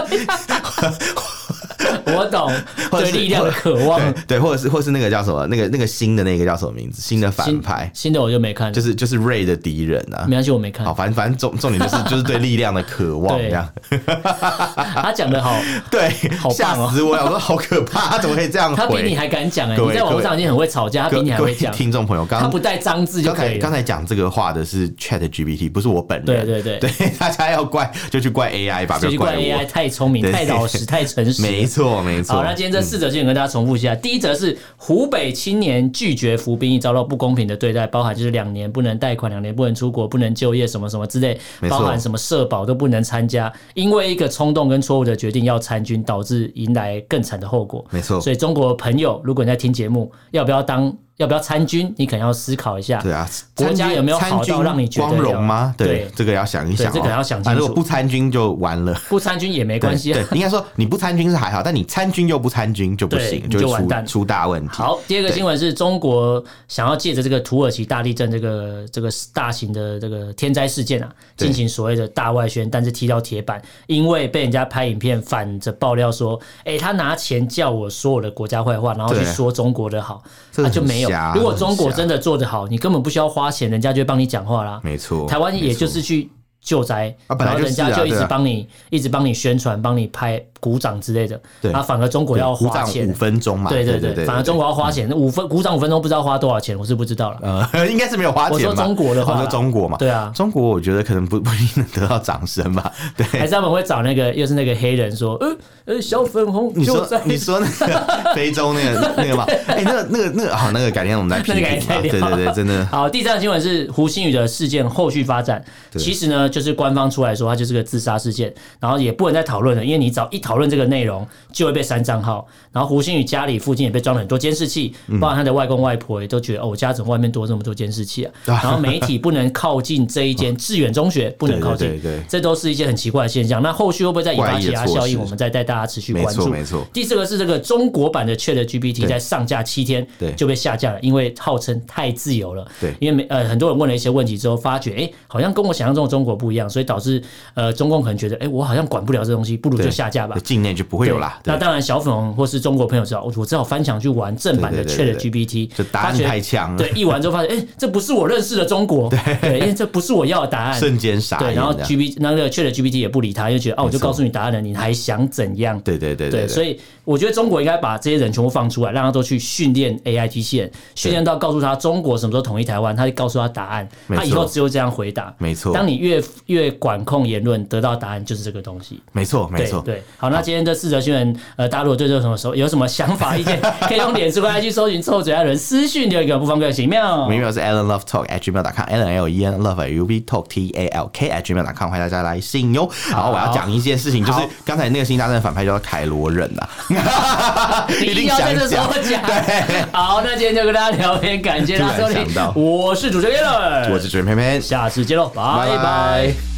[SPEAKER 2] 我懂，
[SPEAKER 1] 或者
[SPEAKER 2] 对
[SPEAKER 1] 是
[SPEAKER 2] 力量的渴望。
[SPEAKER 1] 对对，或者是或是那个叫什么，那个那个新的那个叫什么名字？新的反
[SPEAKER 2] 新
[SPEAKER 1] 派
[SPEAKER 2] 新的我就没看了，
[SPEAKER 1] 就是就是瑞的敌人啊
[SPEAKER 2] 没。关系，我没看
[SPEAKER 1] 好，。反正反正重重点就是就是对力量的渴望
[SPEAKER 2] 对
[SPEAKER 1] 这样，啊
[SPEAKER 2] 他讲的好，
[SPEAKER 1] 对
[SPEAKER 2] 好，
[SPEAKER 1] 吓
[SPEAKER 2] 棒哦
[SPEAKER 1] 死我了！我说好可怕，怎么可以这样
[SPEAKER 2] 他比你
[SPEAKER 1] 回？
[SPEAKER 2] 还敢讲哎！
[SPEAKER 1] 各
[SPEAKER 2] 你
[SPEAKER 1] 位
[SPEAKER 2] 在网络上已经很会吵架，他比
[SPEAKER 1] 各
[SPEAKER 2] 你还
[SPEAKER 1] 各
[SPEAKER 2] 会
[SPEAKER 1] 位
[SPEAKER 2] 讲。
[SPEAKER 1] 听众朋友，刚
[SPEAKER 2] 他
[SPEAKER 1] 刚
[SPEAKER 2] 不带脏字就
[SPEAKER 1] 刚
[SPEAKER 2] 可
[SPEAKER 1] 才
[SPEAKER 2] 以
[SPEAKER 1] 刚
[SPEAKER 2] 了。
[SPEAKER 1] 才讲这个话的是 Chat GPT，不是我本人。
[SPEAKER 2] 对对对
[SPEAKER 1] 对 大家要怪就去怪 AI 吧，
[SPEAKER 2] 就
[SPEAKER 1] 不
[SPEAKER 2] 去
[SPEAKER 1] 要
[SPEAKER 2] 怪
[SPEAKER 1] 我
[SPEAKER 2] AI。太聪明、
[SPEAKER 1] 对
[SPEAKER 2] 太老实、太诚实。
[SPEAKER 1] 没错没错。嗯
[SPEAKER 2] 好，那今天这四则新闻跟大家重复一下。第一则是湖北青年拒绝服兵役，遭到不公平的对待，包含就是两年不能贷款、两年不能出国、不能就业什么什么之类，
[SPEAKER 1] 没错
[SPEAKER 2] 包含什么社保都不能参加，因为一个冲动跟错误的决定要参军，导致迎来更惨的后果。
[SPEAKER 1] 没错
[SPEAKER 2] 所以中国朋友，如果你在听节目，要不要当要不要参军，你可能要思考一下。
[SPEAKER 1] 对啊，
[SPEAKER 2] 国家有没有
[SPEAKER 1] 参军
[SPEAKER 2] 好到让你觉得
[SPEAKER 1] 光荣吗？
[SPEAKER 2] 有
[SPEAKER 1] 对
[SPEAKER 2] 对，
[SPEAKER 1] 这个要想一想哦。
[SPEAKER 2] 对这个要想清
[SPEAKER 1] 啊
[SPEAKER 2] 楚
[SPEAKER 1] 如果不参军就完了。
[SPEAKER 2] 不参军也没
[SPEAKER 1] 对
[SPEAKER 2] 关系啊。
[SPEAKER 1] 对，应该说你不参军是还好，但你参军又不参军就不
[SPEAKER 2] 对
[SPEAKER 1] 行，
[SPEAKER 2] 你就
[SPEAKER 1] 会
[SPEAKER 2] 完蛋
[SPEAKER 1] 出出大问题。
[SPEAKER 2] 好，第二个新闻是中国想要借着这个土耳其大地震这个这个大型的这个天灾事件啊，
[SPEAKER 1] 对
[SPEAKER 2] 进行所谓的大外宣，但是踢到铁板，因为被人家拍影片反着爆料说，哎、他拿钱叫我说我的国家坏话，然后去
[SPEAKER 1] 对
[SPEAKER 2] 说中国的好，
[SPEAKER 1] 这
[SPEAKER 2] 他、
[SPEAKER 1] 很
[SPEAKER 2] 啊就没
[SPEAKER 1] 瞎。
[SPEAKER 2] 有如果
[SPEAKER 1] 这很
[SPEAKER 2] 中国
[SPEAKER 1] 瞎
[SPEAKER 2] 真的做得好，你根本不需要花钱，人家就会帮你讲话啦。
[SPEAKER 1] 没错，
[SPEAKER 2] 台湾也
[SPEAKER 1] 没错
[SPEAKER 2] 就是去救灾，
[SPEAKER 1] 啊本
[SPEAKER 2] 然
[SPEAKER 1] 来
[SPEAKER 2] 后
[SPEAKER 1] 就
[SPEAKER 2] 人
[SPEAKER 1] 是
[SPEAKER 2] 家
[SPEAKER 1] 啊
[SPEAKER 2] 就一
[SPEAKER 1] 对
[SPEAKER 2] 直
[SPEAKER 1] 啊
[SPEAKER 2] 帮你、一直帮你宣传、帮你拍鼓掌之类的，
[SPEAKER 1] 对
[SPEAKER 2] 啊，反而中国要
[SPEAKER 1] 鼓
[SPEAKER 2] 花
[SPEAKER 1] 掌
[SPEAKER 2] 钱
[SPEAKER 1] 五。分钟嘛，
[SPEAKER 2] 对
[SPEAKER 1] 对嗯
[SPEAKER 2] 对对，反正中国要花钱，五分鼓掌五分钟不知道花多少钱，我是不知道了。
[SPEAKER 1] 呃 应该是没有花
[SPEAKER 2] 我
[SPEAKER 1] 钱吧？
[SPEAKER 2] 说中国的话
[SPEAKER 1] 哦
[SPEAKER 2] 啦
[SPEAKER 1] 说中国嘛，
[SPEAKER 2] 对啊
[SPEAKER 1] 中国我觉得可能不不一定能得到掌声吧，对。
[SPEAKER 2] 还是他们会找那个又是那个黑人说，呃呃，小粉红
[SPEAKER 1] 你
[SPEAKER 2] 就
[SPEAKER 1] 说
[SPEAKER 2] 在
[SPEAKER 1] 你说那个非洲那个那个 嘛，哎，那个那个那个好，那个改天我们来批
[SPEAKER 2] 那个改
[SPEAKER 1] 评
[SPEAKER 2] 天
[SPEAKER 1] 吧。
[SPEAKER 2] 再
[SPEAKER 1] 对
[SPEAKER 2] 聊
[SPEAKER 1] 对对，真的
[SPEAKER 2] 好，第三个新闻是胡鑫宇的事件后续发展。其实呢，就是官方出来说，它就是个自杀事件，然后也不能再讨论了，因为你只要一讨论这个内容，就会被删账号。然后胡鑫宇家里附近也被装了很多监视器，
[SPEAKER 1] 嗯
[SPEAKER 2] 包括他的外公外婆也都觉得，哦，我家怎么外面多这么多监视 器啊？然后媒体不能靠近这一间致远中学，不能靠
[SPEAKER 1] 对
[SPEAKER 2] 近
[SPEAKER 1] 对对，
[SPEAKER 2] 这都是一些很奇怪的现象。那后续会不会再引发
[SPEAKER 1] 怪异的
[SPEAKER 2] 其他
[SPEAKER 1] 措
[SPEAKER 2] 啊效应？
[SPEAKER 1] 施
[SPEAKER 2] 我们再带大家持续
[SPEAKER 1] 没
[SPEAKER 2] 关
[SPEAKER 1] 错
[SPEAKER 2] 注。
[SPEAKER 1] 没错。
[SPEAKER 2] 第四个是这个中国版的 Chat GPT
[SPEAKER 1] 对
[SPEAKER 2] 在上架七天
[SPEAKER 1] 对
[SPEAKER 2] 就被下架了，因为号称太自由了。
[SPEAKER 1] 对
[SPEAKER 2] 因为没呃很多人问了一些问题之后，发觉哎、诶好像跟我想象中的中国不一样，所以导致呃中共可能觉得哎、诶我好像管不了这东西，不如就
[SPEAKER 1] 对
[SPEAKER 2] 下架吧。
[SPEAKER 1] 境内就不会有啦。
[SPEAKER 2] 那
[SPEAKER 1] 对
[SPEAKER 2] 当然，小粉红或是中国朋友知道，哦我我只好翻墙去玩正版的
[SPEAKER 1] 对对
[SPEAKER 2] Chat
[SPEAKER 1] 对
[SPEAKER 2] GPT，
[SPEAKER 1] 就答案太啊强了
[SPEAKER 2] 对，一玩之后发现，哎、这不是我认识的中国，对，因为这不是我要的答案，
[SPEAKER 1] 瞬间傻
[SPEAKER 2] 对，
[SPEAKER 1] 眼这
[SPEAKER 2] 然后
[SPEAKER 1] 样，
[SPEAKER 2] G B 那个 Chat GPT 也不理他，因为觉得哦，我就
[SPEAKER 1] 没错
[SPEAKER 2] 告诉你答案了，你还想怎样？
[SPEAKER 1] 对对对
[SPEAKER 2] 对，所
[SPEAKER 1] 以
[SPEAKER 2] 以我觉得中国应该把这些人全部放出来，让他都去训练 AI 机器人，训练到告诉他中国什么时候统一台湾，他就告诉他答案，
[SPEAKER 1] 没错
[SPEAKER 2] 他以后只有这样回答。
[SPEAKER 1] 没错
[SPEAKER 2] 当你越越管控言论，得到答案就是这个东西。
[SPEAKER 1] 没错没
[SPEAKER 2] 对
[SPEAKER 1] 错，
[SPEAKER 2] 对，好，那今天这四则新闻，呃，大家如果对这有什么时候有什么想法、意 见，可以用脸书跟 IG 搜寻“臭嘴爱人”私讯留一个不方便行妙
[SPEAKER 1] 我。们 email 是 alan love talk at gmail.com，alan l e n love at u v talk t a l k at gmail.com，欢迎大家来信哟。然后我要讲一件事情，就是
[SPEAKER 2] 好
[SPEAKER 1] 刚才那个新大战的反派叫凯罗人呐、 啊，
[SPEAKER 2] 你
[SPEAKER 1] 一
[SPEAKER 2] 一定
[SPEAKER 1] 定
[SPEAKER 2] 要在
[SPEAKER 1] 想
[SPEAKER 2] 这时
[SPEAKER 1] 讲
[SPEAKER 2] 候。 讲。好，那今天就跟大家聊天，感谢大家收
[SPEAKER 1] 突然想
[SPEAKER 2] 听
[SPEAKER 1] 到，
[SPEAKER 2] 我是主持人 a l
[SPEAKER 1] 我是准偏偏，
[SPEAKER 2] 下次见喽，拜
[SPEAKER 1] 拜
[SPEAKER 2] 拜
[SPEAKER 1] 拜